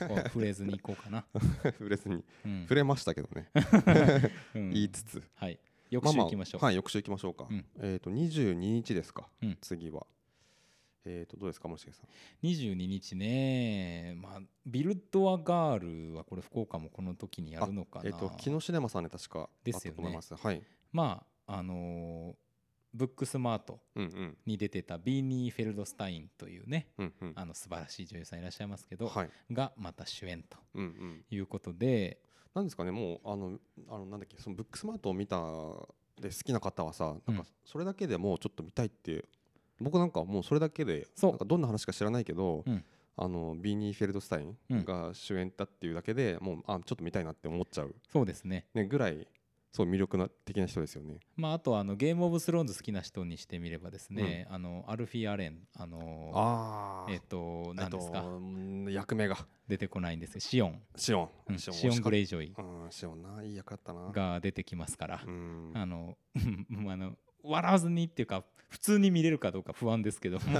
こう触れずにいこう かな、
触れずに
うん
触れましたけどね
うん
言いつつ
はい翌週行きましょう、
ああはい翌週行きましょうか、
うん
えっ、と22日ですか、
うん
次はえっ、とどうですかもしげさん
22日ねまあビルドアガールはこれ福岡もこの時にやるのかな
えっ、と木野シネマさんね確か
で
あっ
す
た
よ
と
ね
思いますはい
まああのーブックスマート
うんうん
に出てたビーニー・フェルドスタインというね
うんうん
あの素晴らしい女優さんいらっしゃいますけど、
はい
がまた主演と
うんうん
いうことで
なんですかねもうあのあのなんだっけそのブックスマートを見たで好きな方はさなん
うん
かそれだけでもうちょっと見たいって僕なんかはもうそれだけで
そう
なんかどんな話か知らないけど、
うん
あのビーニー・フェルドスタインが主演だっていうだけで、もうあちょっと見たいなって思っちゃう、
そうですね
ね、ぐらいそう魅力な的な人ですよね。
まあ、あとあのゲーム・オブ・スローンズ好きな人にしてみればですね、あのアルフィー・アレンあの
あー
えっ、と何ですか、
えっとうん役名が
出てこないんですけどシオン、
シオン、
うんシオン・グレイジョイ
うん、シオンないい役だったな。
が出てきますから
う、ん、
あの もうあの笑わずにっていうか普通に見れるかどうか不安ですけども いやイ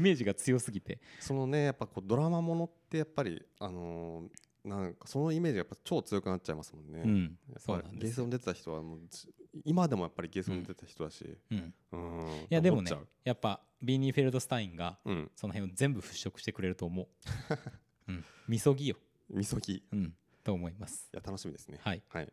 メージが強すぎて
そのねやっぱこうドラマものってやっぱりあのーなんかそのイメージがやっぱ超強くなっちゃいますもんね。
うん
やっぱ
そうなん
ゲ
で
ー
す
セ
よ
ンに出てた人はもうず今でもやっぱりゲーセンに出てた人だし、
うん、い
うん、い
やでもねやっぱビーニー・フェルドスタインが
うん
その辺を全部払拭してくれると 思う、うん、みそぎよ、
みそぎい
うん、と思います
や楽しみですね。
はい
はい。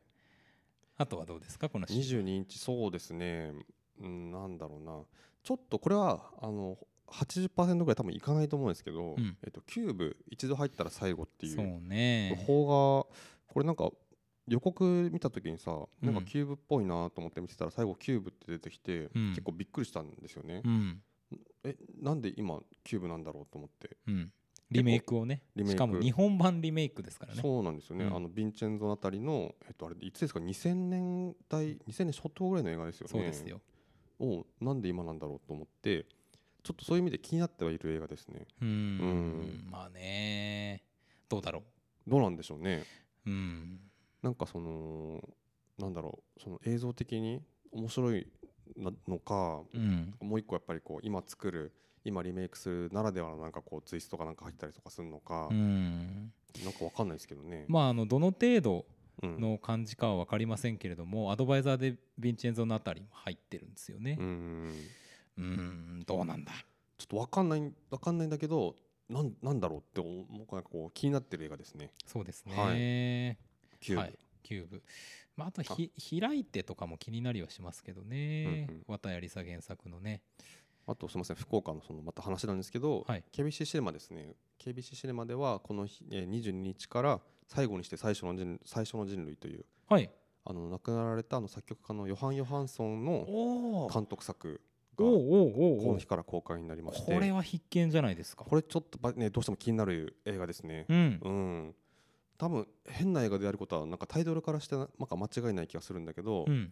あとはどうですかこの
二
週
十二インチそうですね。うんなんだろうなちょっとこれはあの80%ぐらい多分いかないと思うんですけ
う
ど、
ん
えっとキューブ一度入ったら最後ってい
そううね
方がこれなんか予告見た時にさなんか
うん
キューブっぽいなと思って見てたら最後キューブって出てきて
うん
結構びっくりしたんですよね、
うん
えなんで今キューブなんだろうと思って、
うんリメイクをね
リメイ
し
ク
かも日本版リメイクですからね
そうなんですよね、
うん
あのヴィンチェンゾあたりのえっとあれいつですか2000年代2000年初頭ぐらいの映画ですよね
そうですよ、
をなんで今なんだろうと思ってちょっとそういう意味で気になってはいる映画ですね
うん
うん
まあねどうだろ
どうなんでしょうね
ううん
なんかそのなんだろうその映像的に面白いなのか、
うん
もう一個やっぱりこう今作る今リメイクするならではのなんかこうツイストがなんか入ったりとかするのか、
うん
なんかわかんないですけどね。
まああのどの程度
うん
の感じかは分かりませんけれどもアドバイザーでヴィンチェンゾのあたりも入ってるんですよね
う。ん
うんんどうなんだ
ちょっとわかんないわかんないんだけどなんなんだろうって思うなんかこう気になってる映画ですね。
そうですね。
は
キ
キューブ
はい、キューブ。まあ、あとひ開いてとかも気になりはしますけどね。
うんうん
綿谷りさ原作のね。
あとすみません福岡のそのまた話なんですけど、
はい
KBC シネマですね KBC シネマではこの日えー22日から最後にして最初の人最初の人類という
はい。
あの亡くなられたあの作曲家のヨハン・ヨハンソンの
おお。
監督作
お
が
お
こ
おおお
の
お
日。から公開になりまして
これは必見じゃないですか。
これちょっとばねどうしても気になる映画ですね
うん。
うん、多分変な映画であることはなんかタイトルからしてななんか間違いない気がするんだけど
う、ん。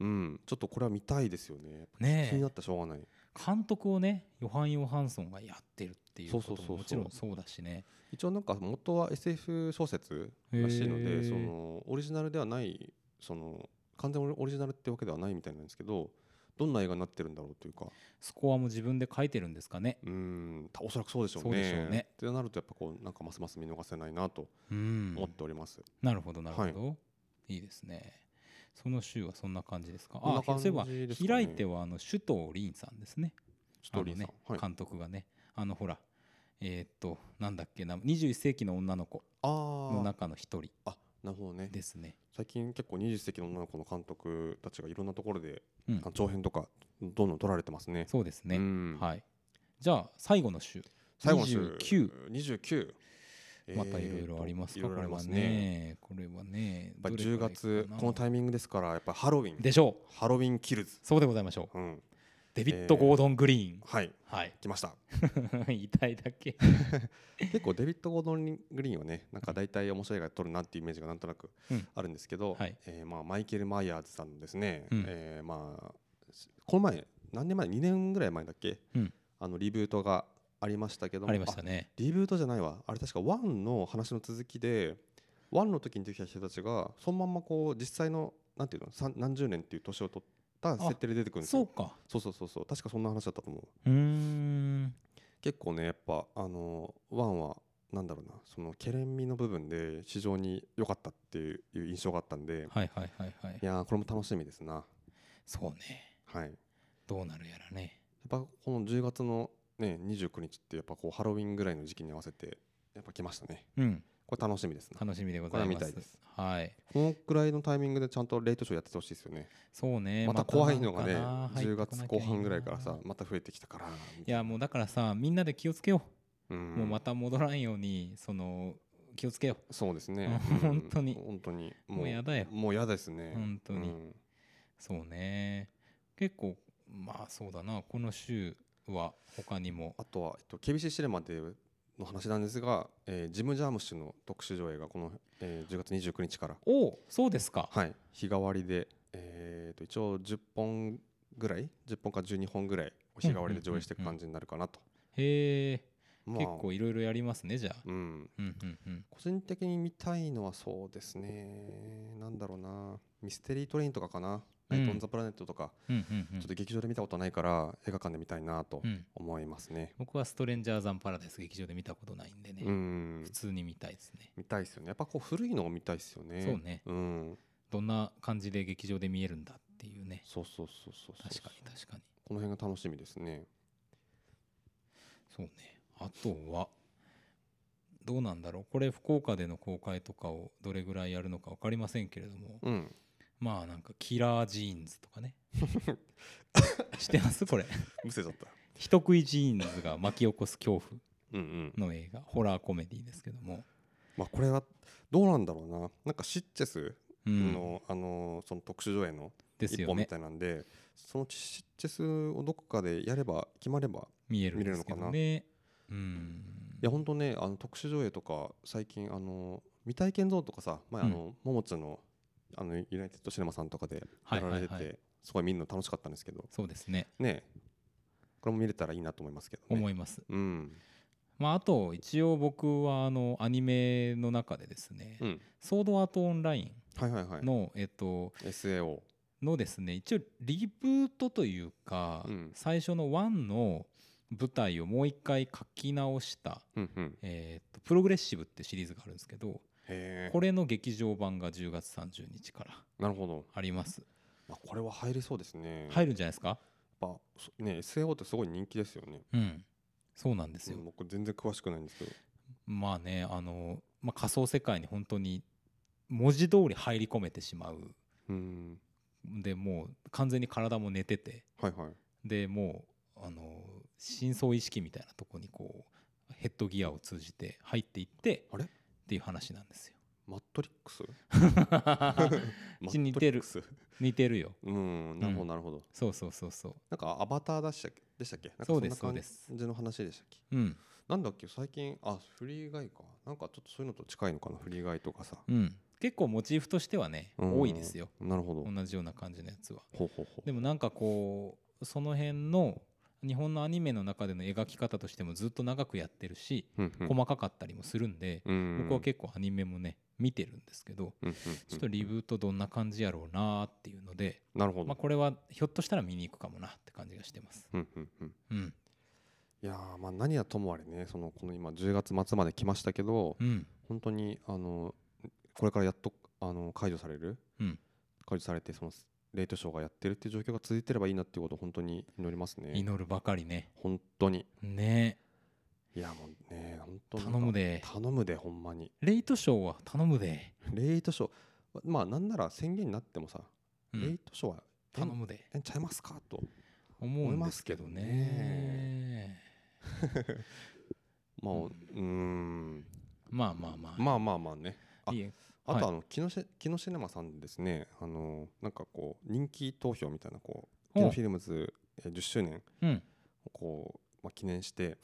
うんちょっとこれは見たいですよね
ね
気に
え
な。ったらしょうがない
監督をね、ヨハン・ヨハンソンがやってるっていう
そ
こ
うそう
と
そ
も
うそう
もちろんそうだしね。
一応なんか元は SF 小説らしいの
へ
で
ー
そのオリジナルではないその完全オリジナルってわけではないみたいなんですけどどんな映画になってるんだろうというか
スコアも自分で書いてるんですかね。
うんたおそらくそうでしょうね。
そうでしょうね
ってなるとやっぱこうなんかますます見逃せないなと
うん
思っております。
なるほどなるほど、い、いですねその週はそんな感じですか
こん
あ
な感
そうい
じ
えば
ですか
開
ね
いてはあの首藤凛さんですね
ちょっとリンさん、
あのね
はい、
監督がねあのほらえーっとなんだっけな21世紀の女の子
あ
の
ー
中の一人
あなるほどね。
ですね
最近結構20世紀の女の子の監督たちがいろんなところで、
うん
あの長編とかどんどん撮られてますね。
そうですね、
うん
はいじゃあ最後の週
最後の週
29
29
またいろいろあります
い
か、
ろいろ
こ
あ
れ
りま
は
すね。
ねこれはね
やっぱり10月このタ
イ
イミングですからやっぱりハロウィン
でしょう
ハロウィンキルズ、
そうでございましょう
うん、
デビッド・ゴードン・グリーン、
はい
はい
来ました
言いたいだけ
結構デビッド・ゴードン・グリーンはねなんか大体面白い映画撮るなっていうイメージがなんとなく
うん
あるんですけど、
はい
えーまあ、マイケル・マイヤーズさんのですね、
うん
えーまあ、この前何年前2年ぐらい前だっけ、
うん
あのリブートがありましたけども
ありましたね
リブートじゃないわあれ確か1の話の続きで1の時に出てきた人たちがそのまんまこう実際のなんていうのさん何十年っていう年を取った設定で出てくるんです
そう
よ
か
そうそうそうそう確かそんな話だったと思う
うーん
結構ねやっぱあの1はなんだろうなそのケレン味の部分で非常に良かったっていう印象があったんで、
はいはいはいはい
い、やーこれも楽しみですな
そうね
はいやっ
どうなるやらね
ぱこの10月のね29日ってやっぱこうハロウィンぐらいの時期に合わせてやっぱ来ましたね
うん
これ楽しみですな
楽しみでござい
これは
ま
見
す
たいです
はい
このくらいのタイミングでちゃんとレイトショーやっててほしいですよね。
そうね
また怖いのがね、
なんかな
10月後半ぐらいから
入
さ
ってこなきゃいい、
また増えてきたから。
ないやもうだからさみんなで気をつけよ
う
う、
ん、
もうまた戻らんようにその気をつけよ。
そうですね
本当に
うん本当に。
うもうやだよ
もうやですね。
本当に
うん
そうね結構まあそうだなこの週は他にも
あとは、えっと、厳しいシレマでの話なんですが、えージム・ジャームッシュの特殊上映がこの、えー10月29日から、
おおそうですか
はい、日替わりで、えーと一応10本ぐらい10本か12本ぐらいを日替わりで上映していく感じになるかなと、
へえ
まあ
結構いろいろやりますねじゃあ
うん、
うんうんうん
個人的に見たいのはそうですねなんだろうなミステリートレインとかかな、
うん
ナイト・オン・ザ・プラネットとか、
うんうんうん
ちょっと劇場で見たことないから映画館で見たいなと
うん
思いますね、
僕はストレンジャーザンパラダイス劇場で見たことないんでね、
うん
普通に見たいですね
見たいですよねやっぱこう古いのを見たいですよね
そうね
うん
どんな感じで劇場で見えるんだっていうね
そうそうそうそうそう
確かに確かに
この辺が楽しみですね
そうねあとはどうなんだろうこれ福岡での公開とかをどれぐらいやるのか分かりませんけれども、
うん
まあなんかキラージーンズとか ね知ってますこれ
むせちゃった
人食いジーンズが巻き起こす恐怖
うんうん
の映画ホラーコメディですけども、
まあこれはどうなんだろうななんかシッチェス
うん、
の、あのーその特殊上映の
です
一
よ
本み
ね
たいなんでそのシッチェスをどこかでやれば決まれば
見えるん
見れ
で
る
す
の
け
か
ど
な
ねうん
いや本当ねあの特殊上映とか最近あの未体験ゾーンとかさ前あの、ももつのあのユナイテッドシネマさんとかで
は
や
い
られてて、
はいはい
すごい見るの楽しかったんですけど
そうですね
ねこれも見れたらいいなと思いますけどね。
思います、
うん
まあ、あと一応僕はあのアニメの中でですね、
うん、
ソードアートオンライ
はいはいはい
ンの、えっと、
SAO
のですね一応リブートというか、
うん
最初の1の舞台をもう一回書き直した、
うんうん
えー、とプログレッシブってシリーズがあるんですけど
へ
これの劇場版が10月30日から
えなるほど、
あります
まあ、これは入りそうですね
入るんじゃないですか
やっぱそね SAO ってすごい人気ですよね
うんそうなんですよ、
うん僕全然詳しくないんですけど
まあねあの、まあ、仮想世界に本当に文字通り入り込めてしまう
うん
でもう完全に体も寝てて
はいはい
でもうあの深層意識みたいなとこにこうヘッドギアを通じて入っていって
あれ
っていう話なんですよ
マットリックスマ
似てる
ットリックス
似てるよ
うんなるほどなるほど、
そうそうそうそ
なんかアバターでしたっけでしたっけなんか
そうです
そんな
そう
感じの話でしたっけ
ううん
なんだっけ最近あフリーガイかなんかちょっとそういうのと近いのかなフリーガイとかさ、
うん結構モチーフとしてはね
うん
多いですよ
なるほど、
同じような感じのやつは
ほうほうほう
でもなんかこうその辺の日本のアニメの中での描き方としてもずっと長くやってるし
うんうん
細かかったりもするんで
うん
僕は結構アニメもね見てるんですけど
うんうん
ちょっとリブートどんな感じやろうなーっていうので
なるほど、
まあ、これはひょっとしたら見に行くかもなって感じがしてます。
うんうんうん
うん、
いやーまあ何はともあれねそのこの今10月末まで来ましたけど
うん、
本当にあのこれからやっとあの解除される、
うん
解除されてそのレイトショーがやってるっていう状況が続いてればいいなっていうことを本当に祈りますね
祈るばかりね。
本当に
ね
いやもうね本当
え
なん
頼
か
むで。
頼むでほんまに
レイトショーは頼むで。
レイトショーまあなんなら宣言になってもさ、
うん
レイトショーはえん
頼むで。
えんちゃいますかと
思うんですけど
思います
ね。
けど
うん
まあうーん
まあまあまあ。
まあまあまあねあ
いいえ
あ
はい
とあの木下木下シネマさんでですねあのなんかこう人気投票みたいなこう
お
木下フィルムズえー10周年
うん、
をこう、まあ、記念して、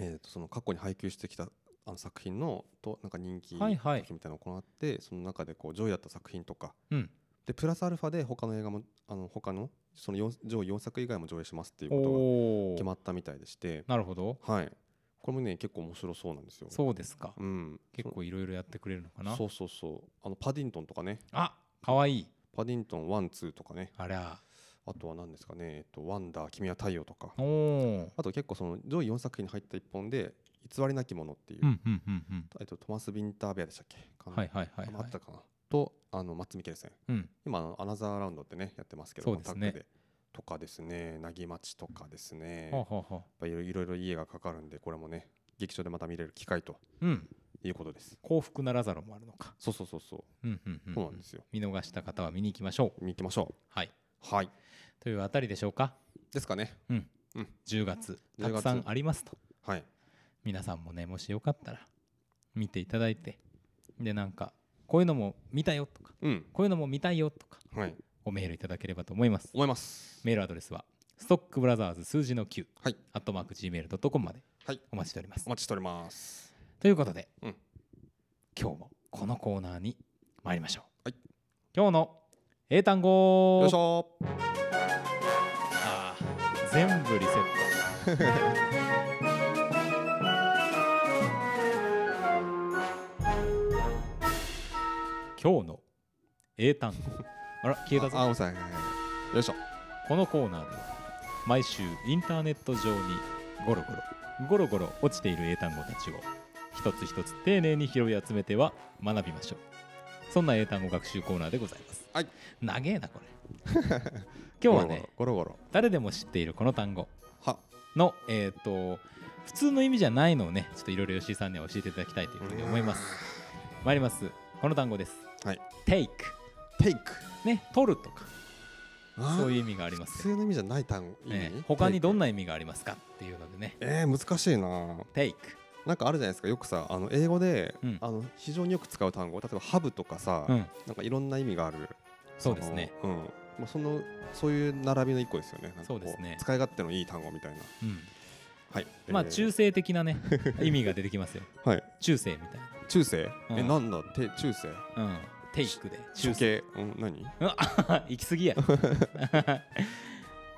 えー、とその過去に配給してきたあの作品のとなんか人気
は
投
い
票
はい
みたいなのを行って、その中でこう上位だった作品とか
うん。
でプラスアルファで他の映画もあの他のそのよん上位4作以外も上映しますっていうことが
お
決
お
ま。ったみたいでして、
なるほど。
はい、これもね結構面白そうなんですよ。
そうですか
う。ん、
結構いろいろやってくれるのかな
そ。うそうそうあのパディントンとかね
あ、可愛いい。
パディントン1、2とかね
あら。
あとは何ですかね、えっと、ワンダー、君は太陽とか、
おお。
あと結構その上位4作品に入った一本で、偽りなきものっていう、
うんうんうんうん。
えっと、トマス・ビンターベアでしたっけ、かな
はいはいはい、
ああ
は
っ
い
た。かな、とあのマッツ・ミケルセン、
うん。
今あの、アナザーラウンドってね、やってますけど、
そうですね
タッグでとかですね、なぎまちとかですね、や
は
っ
あ、はあはあ、
ぱいろいろいろいい映画かかるんで、これもね、劇場でまた見れる機会と
うん。
いうことです。
幸福ならざるもあるのか。
そうそうそうそう、
うんうんうん、
そうなんですよ。
見逃した方は見に行きましょう。
見に行きましょ
はい、
う。はい。
というあたりでしょうか。
ですかね。
10月
10月
たくさんありますと
はい。
皆さんもねもしよかったら見ていただいてでなんかこういうのも見たよとか
うん。
こういうのも見たいよとか
はい。
おメールいただければと思います
思います
メールアドレスはストックブラザーズ数字の9
はい
アットマーク Gmail.com まで
はい
お待ちしております
お待ちしております
ということで、
うん
今日もこのコーナーに参りましょう、
はい
今日の英単語
よいしょ
あー全部リセッ ト今日の英単語あら消えたぞ
ああごめんなさいはいはいよいしょ
このコーナーでは毎週インターネット上にゴロゴロゴロゴロ落ちている英単語たちを一つ一つ丁寧に拾い集めては学びましょうそんな英単語学習コーナーでございます、
はい、
長えなこれ 今日はね
ゴロゴロ
誰でも知っているこの単語
ゴロゴロは
のえっ、と普通の意味じゃないのをねちょっといろいろ吉井さんには教えていただきたいというふうに思います参りますこの単語です、
はい、
take
テイク
ね取るとかそういう
う
意味があります
普
けど
通の意味じゃない単語意味
ええ他にどん
な
な意味がありますかっていうのでね
えー、難しいな
take
なんかあるじゃないですかよくさあの英語で、
うん
あの非常によく使う単語例えばハブとかさ、
うん
なんかいろんな意味がある
そうですね
そのうんまあそのそういう並びの一個ですよねなんかこ
そうですね
使い勝手のいい単語みたいな
うん
はい
まあ
えー
中性的な ね意味が出てきますよ
はい
中性みたい
中世、
うん
えなんだて中世
なうん take で中性
中継うん何
あ行き 過ぎや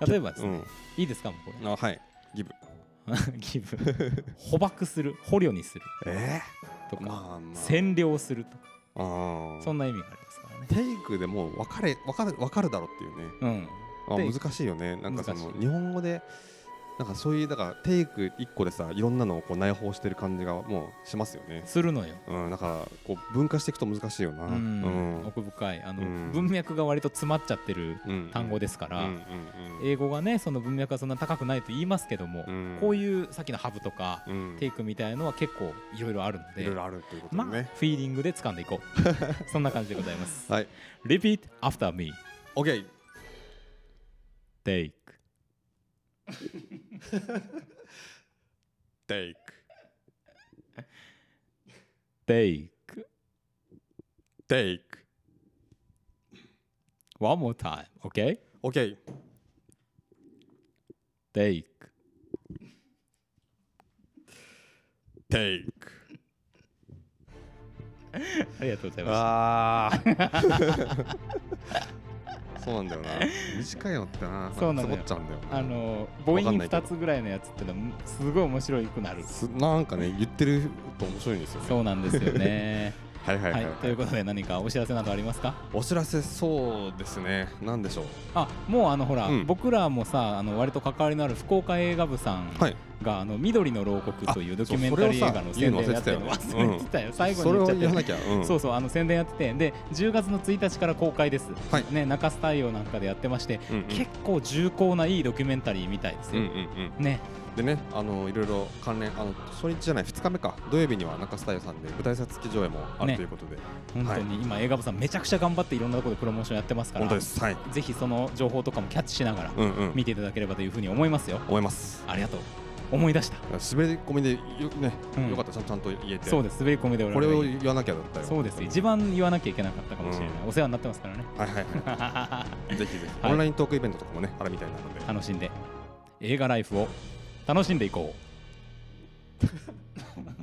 例えばです
う
ね、
ん
いいですかもうこれ
あはいギブ
ギブ捕獲する捕虜にする
え
と
ー、
か、
まあまあ
占領するとか
あー
そんな意味がありますからね
テイクでもう分かれ分かる分かるだろうっていうね
うん
あ
テイ
難しいよねなんかその
難し
日本語でなんかそういうだからテイク一個でさいろんなのをこう内包してる感じがもうしますよね
するのよ
うんだからこう分化していくと難しいよな
う、
うんん
奥深いあの、
うん
文脈が割と詰まっちゃってる
うん
単語ですか
うん
ら、
うん
英語がねその文脈がそんな高くないと言いますけども、
うん
こういうさっきのハブとか、
うん
テイクみたいのは結構いろいろあるので
いろいろあるということ
まあ、フ
でね
ィーリングで掴んでいこ うそんな感じでございます
はい
Repeat after me
OK
take
テイク
take
テイク
one more time OK
OK
take
テイク
ありがとうございま
ああ そうなんだよな短いのってな
そうなのよ
つぼっちゃうんだよ
す
な
あの母音
わかんないけど
2つぐらいのやつってのはすごい面白くなる
すなんかね言ってると面白いんですよね
そうなんですよね
はい はい
は
はいい、
ということで何かお知らせなどありますか
お知らせそうですねなんでしょう
あもうあのほら、
うん
僕らもさあの割と関わりのある福岡映画部さん
はい
が「あの緑の牢獄」というドキュメン
そ
タ
れを
リー
さ
映画の宣伝やってる
言
の
うの忘れてたよ
忘
ね
れてたよ最後
それ
に言っ
を
ちゃって
言わなきゃ、う ん、
そうそうあの宣伝やっててで10月の1日から公開です、
はい
ね、中洲太陽なんかでやってまして、
うんうん
結構重厚ないいドキュメンタリーみたいです
うんう
よ、
んうん
ね
でねあのいろいろ関連あの初日じゃない2日目か土曜日には中スタイルさんで舞台札付き上映もあ
ね
るということで、
本当に、今映画部さんめちゃくちゃ頑張っていろんなところでプロモーションやってますから
本当ですはい
ぜひその情報とかもキャッチしながら
うんうん
見ていただければというふうに思いますよ
思います
ありがとう思い出した
滑り込みでよ,、ね
うん
よかったちゃんちゃんと言えて
そうです滑り込みで俺
これ
らが
を言わなきゃだったよ
そうです一番言わなきゃいけなかったかもしれない、お世話になってますからね
はいはいはいぜひぜひ、
はい
オンライントークイベントとかもねあるみたいなので
楽しんで映画ライフを楽しんでいこう